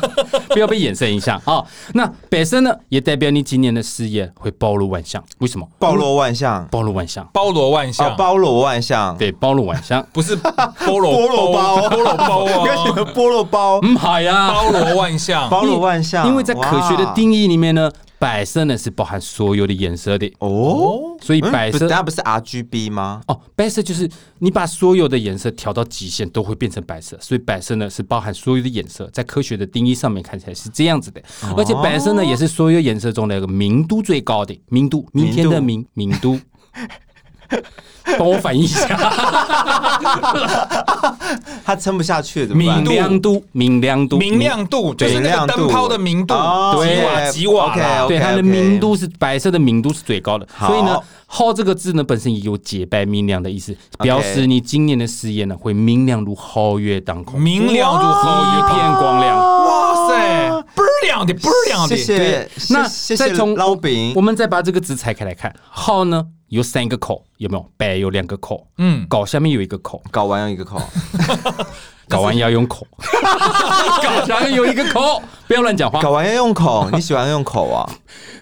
S4: [laughs]
S2: 不要被颜色影响啊、哦。那本身呢，也代表你今年的事业会包罗万象。为什么？
S3: 包罗万象
S2: 包罗万象，
S4: 包罗万
S3: 啊，
S4: 象，
S3: 包罗万象，
S2: 嗯对，包罗万象。
S4: 不是菠萝
S3: 菠萝 [laughs] 包
S2: [laughs]
S3: 啊
S4: 菠萝
S3: [laughs]
S4: 包
S3: 跟你
S4: 啊，
S3: 们菠萝包，
S2: 嗯，好呀，
S4: 包罗万象。
S3: 包罗万象，
S2: 因为在科学的
S3: 哇
S2: 定义里面呢，白色呢是包含所有的颜色的，
S3: 哦，
S2: 所以
S3: 嗯
S2: 白
S3: 不
S2: 色
S3: 是，、那不是 R G B 吗？
S2: 哦，白色就是你把所有的颜色调到极限都会变成白色，所以白色呢是包含所有的颜色，在科学的定义上面看起来是这样子的，
S4: 哦
S2: 而且白色呢也是所有颜色中的一个明度最高的明度，明天的明明度。帮我反译一下，
S3: 它撑不下去了怎么办
S2: 明？亮度，明亮度，
S4: 明亮度就是那个灯泡的明度，
S3: 哦
S4: 几瓦
S3: 对
S4: 几瓦啦
S3: OK，OK
S2: 对它的明度是白色的明度是最高的，
S3: 好
S2: 所以呢，皓这个字呢本身也有洁白明亮的意思，表示你今年的事业呢会明亮如皓月当空，
S4: 明亮如
S2: 一
S4: 皓月
S2: 片光亮。
S4: 哇塞，倍儿亮的，倍儿亮
S3: 谢
S4: 的。
S3: 谢，
S2: 那
S3: 谢谢
S2: 再从
S3: 捞饼
S2: 我，们再把这个字拆开来看，皓呢有三个口，有没有？白有两个口，
S4: 嗯，
S2: 搞下面有一个口，
S3: 搞完有一个
S2: 啊
S3: 口，
S2: 搞完要 [laughs] 用口，搞下面有一个口，不要乱讲话
S3: 搞，完要
S2: [laughs]
S3: 用口，你喜欢用口啊？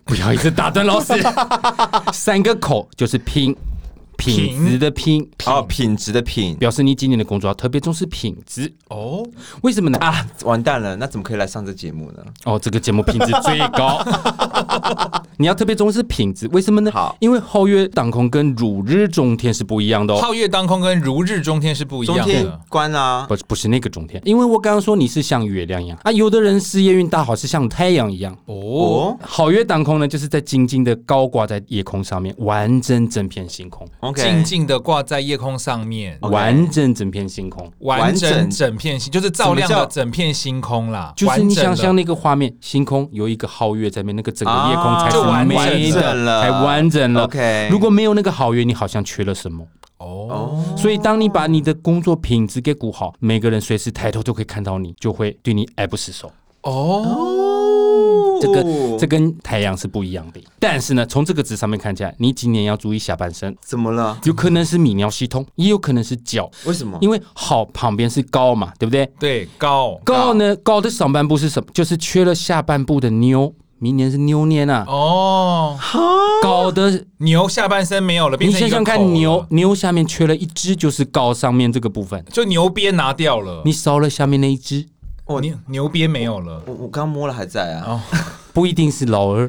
S2: 不要一直打断老
S3: [laughs]
S2: 师。三个口就是拼，品质的拼，
S3: 哦，品质的品，
S2: 表示你今年的工作要特别重视品质。
S4: 哦，
S2: 为什么呢？啊，
S3: 完蛋了，那怎么可以来上这节目呢？
S2: 哦，这个节目品质最 [laughs] 高，你要特别重视品质。为什么呢？
S3: 好
S2: 因为皓月当空跟汝日中天是不一样的哦。
S4: 皓月当空跟如日中天是不一
S3: 中
S4: 样
S3: 天
S4: 的。
S3: 关啊，
S2: 不是不是那个中天，因为我刚刚说你是像月亮一样啊，有的人事业运大好是像太阳一样。
S4: 哦，
S3: 哦
S2: 好月当空呢，就是在静静的高挂在夜空上面，完整整片星空，
S3: 哦，OK，
S4: 静静的挂在夜空上面，
S3: OK
S2: 完整整片星空。
S4: 完整
S3: 完整
S4: 整片星，就是照亮
S3: 什
S4: 了
S3: 么叫
S4: 整片星空啦。
S2: 就是你想象
S4: 完
S2: 那个画面，星空有一个皓月在面，那个整个夜空才
S3: 啊
S2: 是
S4: 就完整
S2: 美
S3: 整
S2: 的，
S3: 了
S2: 才完整了。
S3: OK
S2: 如果没有那个皓月，你好像缺了什么。
S4: 整了哦，
S2: 所以，当你把你的工作品质给顾好，每个人随时抬头都可以看到你，就会对你爱不释手。
S4: 哦，
S2: 这个这跟太阳是不一样的。但是呢，从这个字上面看起来，你今年要注意下半身，
S3: 怎么了？
S2: 有可能是泌尿系统，也有可能是脚，
S3: 为什
S4: 嗯
S3: 么？
S2: 因为好旁边是高嘛，对不对？
S4: 对，高
S2: 高呢，高的上半部是什么？就是缺了下半部的妞。明年是妞年啊，
S4: 哦，
S2: 高的
S4: 牛下半身没有了，变
S2: 你
S4: 成一
S2: 想
S4: 个
S2: 想
S4: 口了啊
S2: 看，牛，牛下面缺了一只，就是高上面这个部分，
S4: 就牛鞭拿掉了，
S2: 你少了下面那一只，
S3: 我
S4: 牛牛鞭没
S3: [laughs]
S4: 有了，
S3: 哦我我刚摸了还在啊。
S4: 哦，
S2: 不一定是老二。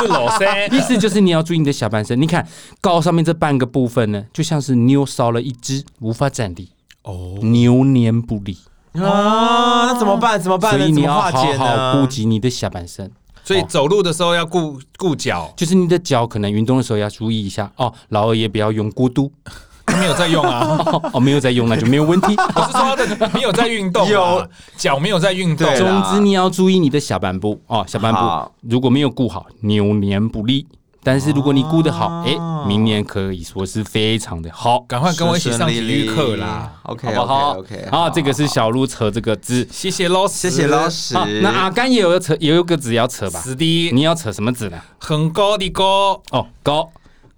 S4: 是老
S2: [laughs]
S4: 三
S2: 意思就是你要注意你的下半身。你看高上面这半个部分呢，就像是妞少了一只，无法站立，
S4: 哦，
S2: 牛年不利，
S3: 啊，那怎么办？怎
S2: 所
S3: 么办呢？
S2: 以你
S3: 怎
S2: 要
S3: 么
S2: 好
S3: 化解
S2: 好
S3: 呢？
S2: 顾及你的下半身。
S4: [laughs] 所以走路的时候要顾顾脚，
S2: 就是你的脚可能运动的时候要注意一下哦，老二也不要用过度
S4: 他没有在用啊。
S2: 哦，哦没有在用那就没有问
S3: [laughs]
S2: 题。
S3: 啊
S4: 我是说他的没有在运动啊，
S3: 有
S4: 脚没有在运动啊
S3: 对，啦
S2: 总之你要注意你的下半部哦，下半
S3: 好
S2: 部如果没有顾好，扭年不利。但是如果你顾得好，哎、
S3: 哦
S2: 明年可以说是非常的好，
S4: 赶快跟我一起上体育课啦！
S3: ，OK
S2: 好不好
S3: OK，
S2: 啊，这个是小鹿扯这个字。
S4: 谢谢老师，
S3: 谢谢老。师
S2: 好，，那阿甘也有扯，也有个字要扯吧？
S4: 死的，
S2: 你要扯什么字呢？
S4: 很高的高
S2: 哦，高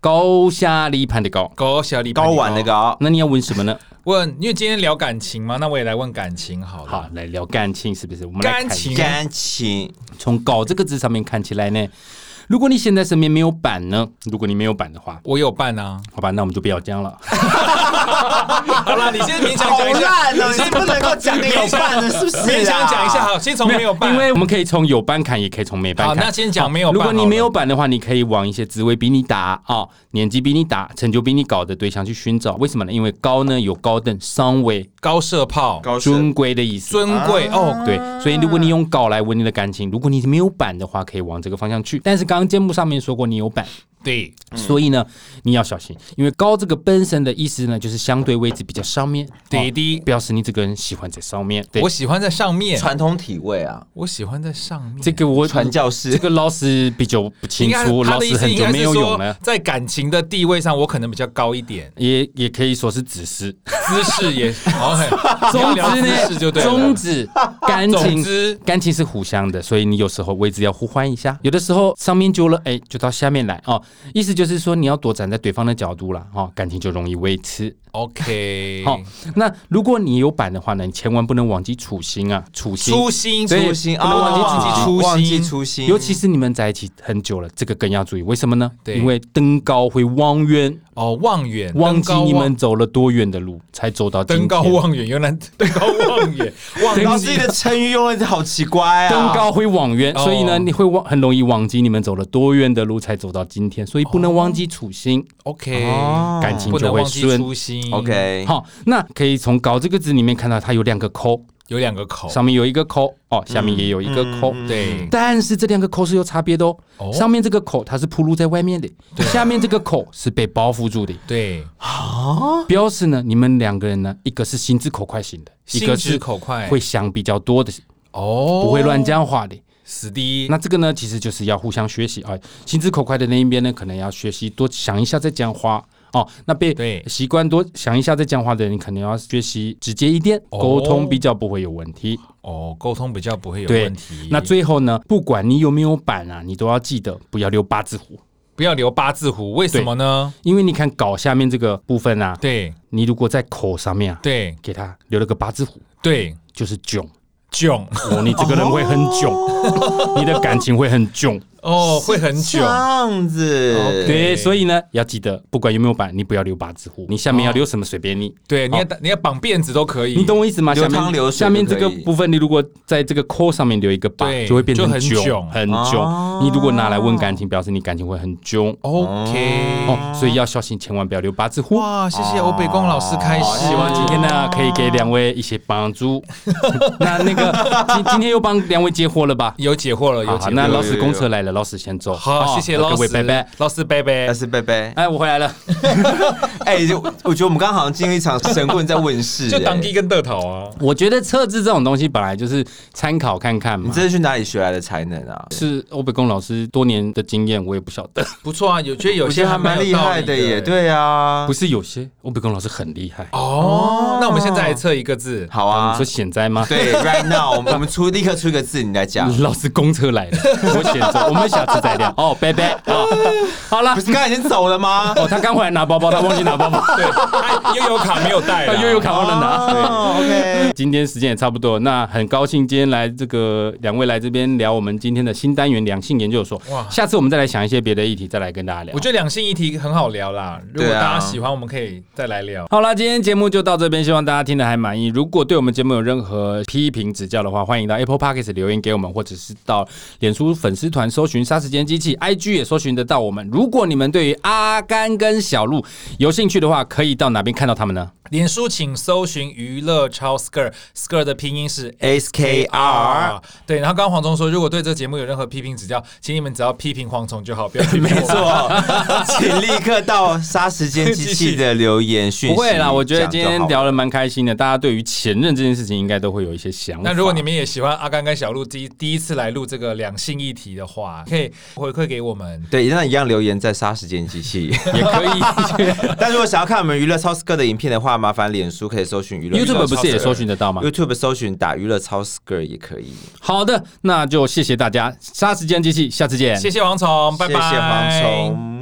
S2: 高下立判的高。
S4: 高小李
S3: 高玩的。高，
S2: 那你要问什么呢？
S4: 问，因为今天聊感情嘛，那我也来问感情好了。
S2: 好，来聊感情是不是？我们来看一下
S4: 感情
S3: 感情
S2: 从“搞”这个字上面看起来呢，如果你现在身边没有板呢，如果你没有板的话，
S4: 我有伴
S2: [laughs]
S4: 啊。
S2: 好吧，那我们就不要这样了。
S4: 好啦，你先勉强
S3: 好
S4: 讲一下，
S3: 烂哦，你不能够讲你有伴的，是不是啊？
S4: 勉强讲一下好，先从哦
S2: [laughs]
S4: 没有伴，
S2: 因为我们可以从有板砍，也可以从没板
S4: 好，
S2: 砍。
S4: 那先讲没有
S2: 如
S4: 伴好
S2: 果
S4: 了。
S2: 你没有板的话，你可以往一些职位比你大啊、哦年纪比你大、成就比你高的对象去寻找。为什么呢？因为高呢有高等、上位、
S4: 高射炮、
S3: 高
S2: 尊贵的意思。
S4: 尊贵哦，
S2: 对，所以如果你用高来问你的感情，如果你没有板的话，可以往这个方向去。但是刚刚节目上面说过你有板，
S4: 对，
S2: 所以呢你要小心，因为高这个本身的意思呢，就是相对位置比较上面，
S4: 对
S2: 哦
S4: 的
S2: 表示你这个人喜欢在上面。对
S4: 我，喜欢在上面，
S3: 传统体位啊，
S4: 我喜欢在上面。
S2: 这个我
S3: 传教士
S2: 这个老师比较不清
S4: 应该
S2: 楚，
S4: 他
S2: 老
S4: 的意
S2: 师
S4: 思
S2: 很
S4: 应
S2: 久
S4: 该
S2: 没
S4: 是
S2: 有
S4: 说
S2: 用了，，
S4: 在感情的地位上，我可能比较高
S2: [laughs]
S4: 一点，
S2: 也也可以说是指示。
S4: 姿势也
S2: [laughs]
S4: OK。你 [laughs]
S2: 总
S4: 要聊
S2: 之
S4: 姿势就
S2: 呢，
S4: 对
S2: 宗
S4: 了。
S2: 旨感
S4: 总
S2: 情
S4: 之，
S2: 感情是互相的，所以你有时候位置要互换一下，有的时候上面久了，哎，就到下面来哦。意思就是说你要多站在对方的角度啦，哦，感情就容易维持。
S4: OK，
S2: 好、那如果你有板的话呢，你千万不能忘记初心啊，初心。
S4: 初心，
S2: 对
S3: 初心
S2: 不能忘记自己
S3: 啊
S2: 初
S4: 心
S3: 忘记初心，
S2: 尤其是你们在一起很久了，这个更要注意。为什么呢？
S4: 对
S2: 因为登高会望远，
S4: 哦，望远，
S2: 忘记
S4: 登高
S2: 你们走了多远的路，才走到今天。
S4: 登高望远，原来 [laughs] 登高望远，望
S3: 老
S4: 远
S3: 师你的成语用的好奇怪啊，
S2: [laughs] 登高会望远，
S4: 哦
S2: 所以呢，你会忘很容易忘记你们走了多远的路才走到今天，所以不能忘记初心，
S4: OK，
S3: 哦
S2: 哎感情
S4: 不
S2: 就
S4: 能
S2: 会
S4: 忘记
S2: 顺。
S4: 初心。
S3: OK，
S2: 好，那可以从“高”这个字里面看到，它有两个扣，
S4: 有两个口，
S2: 上面有一个扣，哦，下面也有一个扣。
S3: 嗯嗯
S4: 对
S2: 但是这两个扣是有差别的哦。
S4: 哦啊
S2: 上面这个口它是铺露在外面的，下面这个口是被包覆住的。
S4: 对，哦
S2: 表示呢，你们两个人呢，一个是心直口快型的，一
S4: 心
S2: 个
S4: 直
S2: 是
S4: 口快，
S2: 会想比较多的，
S4: 哦，
S2: 不会乱讲话的。
S4: 死的，
S2: 那这个呢，其实就是要互相学习啊。心直口快的那一边呢，可能要学习多想一下再讲话。哦，那被
S4: 对
S2: 习惯多想一下再讲话的人，可能要学习直接一点，
S4: 哦
S2: 沟通比较不会有问题。
S4: 哦，沟通比较不会有
S2: 对
S4: 问题。
S2: 那最后呢，不管你有没有板啊，你都要记得不要留八字胡，
S4: 不要留八字胡，为什么呢？
S2: 因为你看搞下面这个部分啊，
S4: 对
S2: 你如果在口上面啊，
S4: 对
S2: 给他留了个八字胡，
S4: 对，
S2: 就是囧。 [laughs]
S4: 囧
S2: 哦，你这个人会很
S4: [laughs]
S2: 囧，你的感情会很囧。
S4: 哦，会很
S3: 这
S4: 囧。
S2: 啊
S3: 样子，
S2: 对，所以呢，要记得，不管有没有板，你不要留八字胡，你下面要留什么随便你。
S4: 对，你要你要绑辫子都可以，
S2: 哦你懂我意思吗？
S3: 流
S2: 下
S3: 汤流
S2: 面
S3: 水
S2: 下面
S3: 就
S2: 这
S3: 可
S2: 个
S3: 以
S2: 部分，你如果在这个扣上面留一个八，
S4: 对
S2: 就会变成
S4: 就很
S2: 囧，
S4: 囧
S2: 很囧。你如果拿来问感情，表示你感情会很囧。
S4: ？OK，
S2: 哦，所以要小心，千万不要留八字胡。
S4: 哇，谢谢欧北光老师开
S2: 希望今天呢，可以给两位一些帮助。那那个今今天又帮两位接货了吧？
S4: 有解惑了，啊有
S2: 好，
S4: 解
S2: 那
S4: 惑。
S2: 老师公车来了，老师先走。哦
S4: 好，谢谢老
S2: 各位
S4: 师，
S2: 拜拜。，
S4: 老师拜拜
S3: 但。是贝贝，
S2: 哎，我回来了。
S3: 哎，就我觉得我们刚刚好像进入一场神棍在问世，
S4: 就当
S3: 哎
S4: 地跟得头啊，
S2: 我觉得测字这种东西本来就是参考看看
S3: 你
S2: 嘛
S3: 这。是去哪里学来的才能啊？
S2: 是欧北宫老师多年的经验，我也不晓
S4: [laughs]
S2: 得。
S4: 不错啊，有觉得有
S3: 我觉
S4: 些
S3: 得还蛮
S4: 有
S3: 厉
S4: 道理
S3: 害的耶，
S4: 欸。
S3: 对啊
S2: 不，是有些欧北宫老师很厉害。
S4: 哦，那我们现在来测一个字， [laughs]
S3: 好
S2: 啊，你
S3: 啊
S2: 说，现在吗？
S3: 对，right now，我们我们出立刻出一个字，你
S2: [laughs]
S3: 来
S4: 啊
S3: 讲，
S2: 老师公车来
S4: [laughs]
S2: 了，我选择，我们下次再聊。哦，拜拜。哦，好了
S3: 不。是刚才已经走了吗？
S2: 哦，他刚回来拿包包，他忘记拿包包，
S4: [laughs] 对，啊哎悠悠卡没有带
S2: [laughs] 他
S4: [laughs] 啦，
S2: 又有卡忘了拿。
S3: 哦
S2: [laughs]
S3: ，OK，
S2: 今天时间也差不多，那很高兴今天来这个两位来这边聊我们今天的新单元两性研究所。
S4: 哇
S2: 下次我们再来想一些别的议题，再来跟大家聊
S4: 我。觉得两性议题很好聊啦，如果
S3: 啊对啊
S4: 大家喜欢，我们可以再来聊。
S2: 好啦，今天节目就到这边，希望大家听得还满意。如果对我们节目有任何批评指教的话，欢迎到 Apple Podcast 留言给我们，或者是到脸书粉丝团搜搜寻“杀时间机器 ”，IG 也搜寻得到我们。如果你们对于阿甘跟小鹿有兴趣的话，可以到哪边看到他们呢？
S4: 脸书请搜寻娱乐超 skr，skr 的拼音是
S3: S K R。
S4: 对，然后刚刚黄忠说，如果对这个节目有任何批评指教，请你们只要批评蝗虫就好，
S3: [laughs]
S4: 不要批评
S3: 没
S4: 我。
S2: [laughs]
S3: 错，请立刻到杀时间机器的留言讯息。
S2: 不会啦，我觉得今天聊的蛮开心的，大家对于前任这件事情应该都会有一些想法。
S4: 那如果你们也喜欢阿甘跟小鹿第一第一次来录这个两性议题的话，可以回馈给我们。
S3: 对，那一样留言在杀时间
S2: [laughs]
S3: 机器。
S2: 也可以
S4: [laughs]
S3: 但如果想要看我们娱乐超市哥的影片的话，麻烦脸书可以搜寻娱乐。
S2: ，YouTube 不是也搜寻得到吗？
S3: YouTube 搜寻打娱乐超市哥也可以。
S2: 好的，那就谢谢大家，杀时间机器，下次见，
S4: 谢谢蝗虫，拜拜。
S3: 谢谢蝗虫。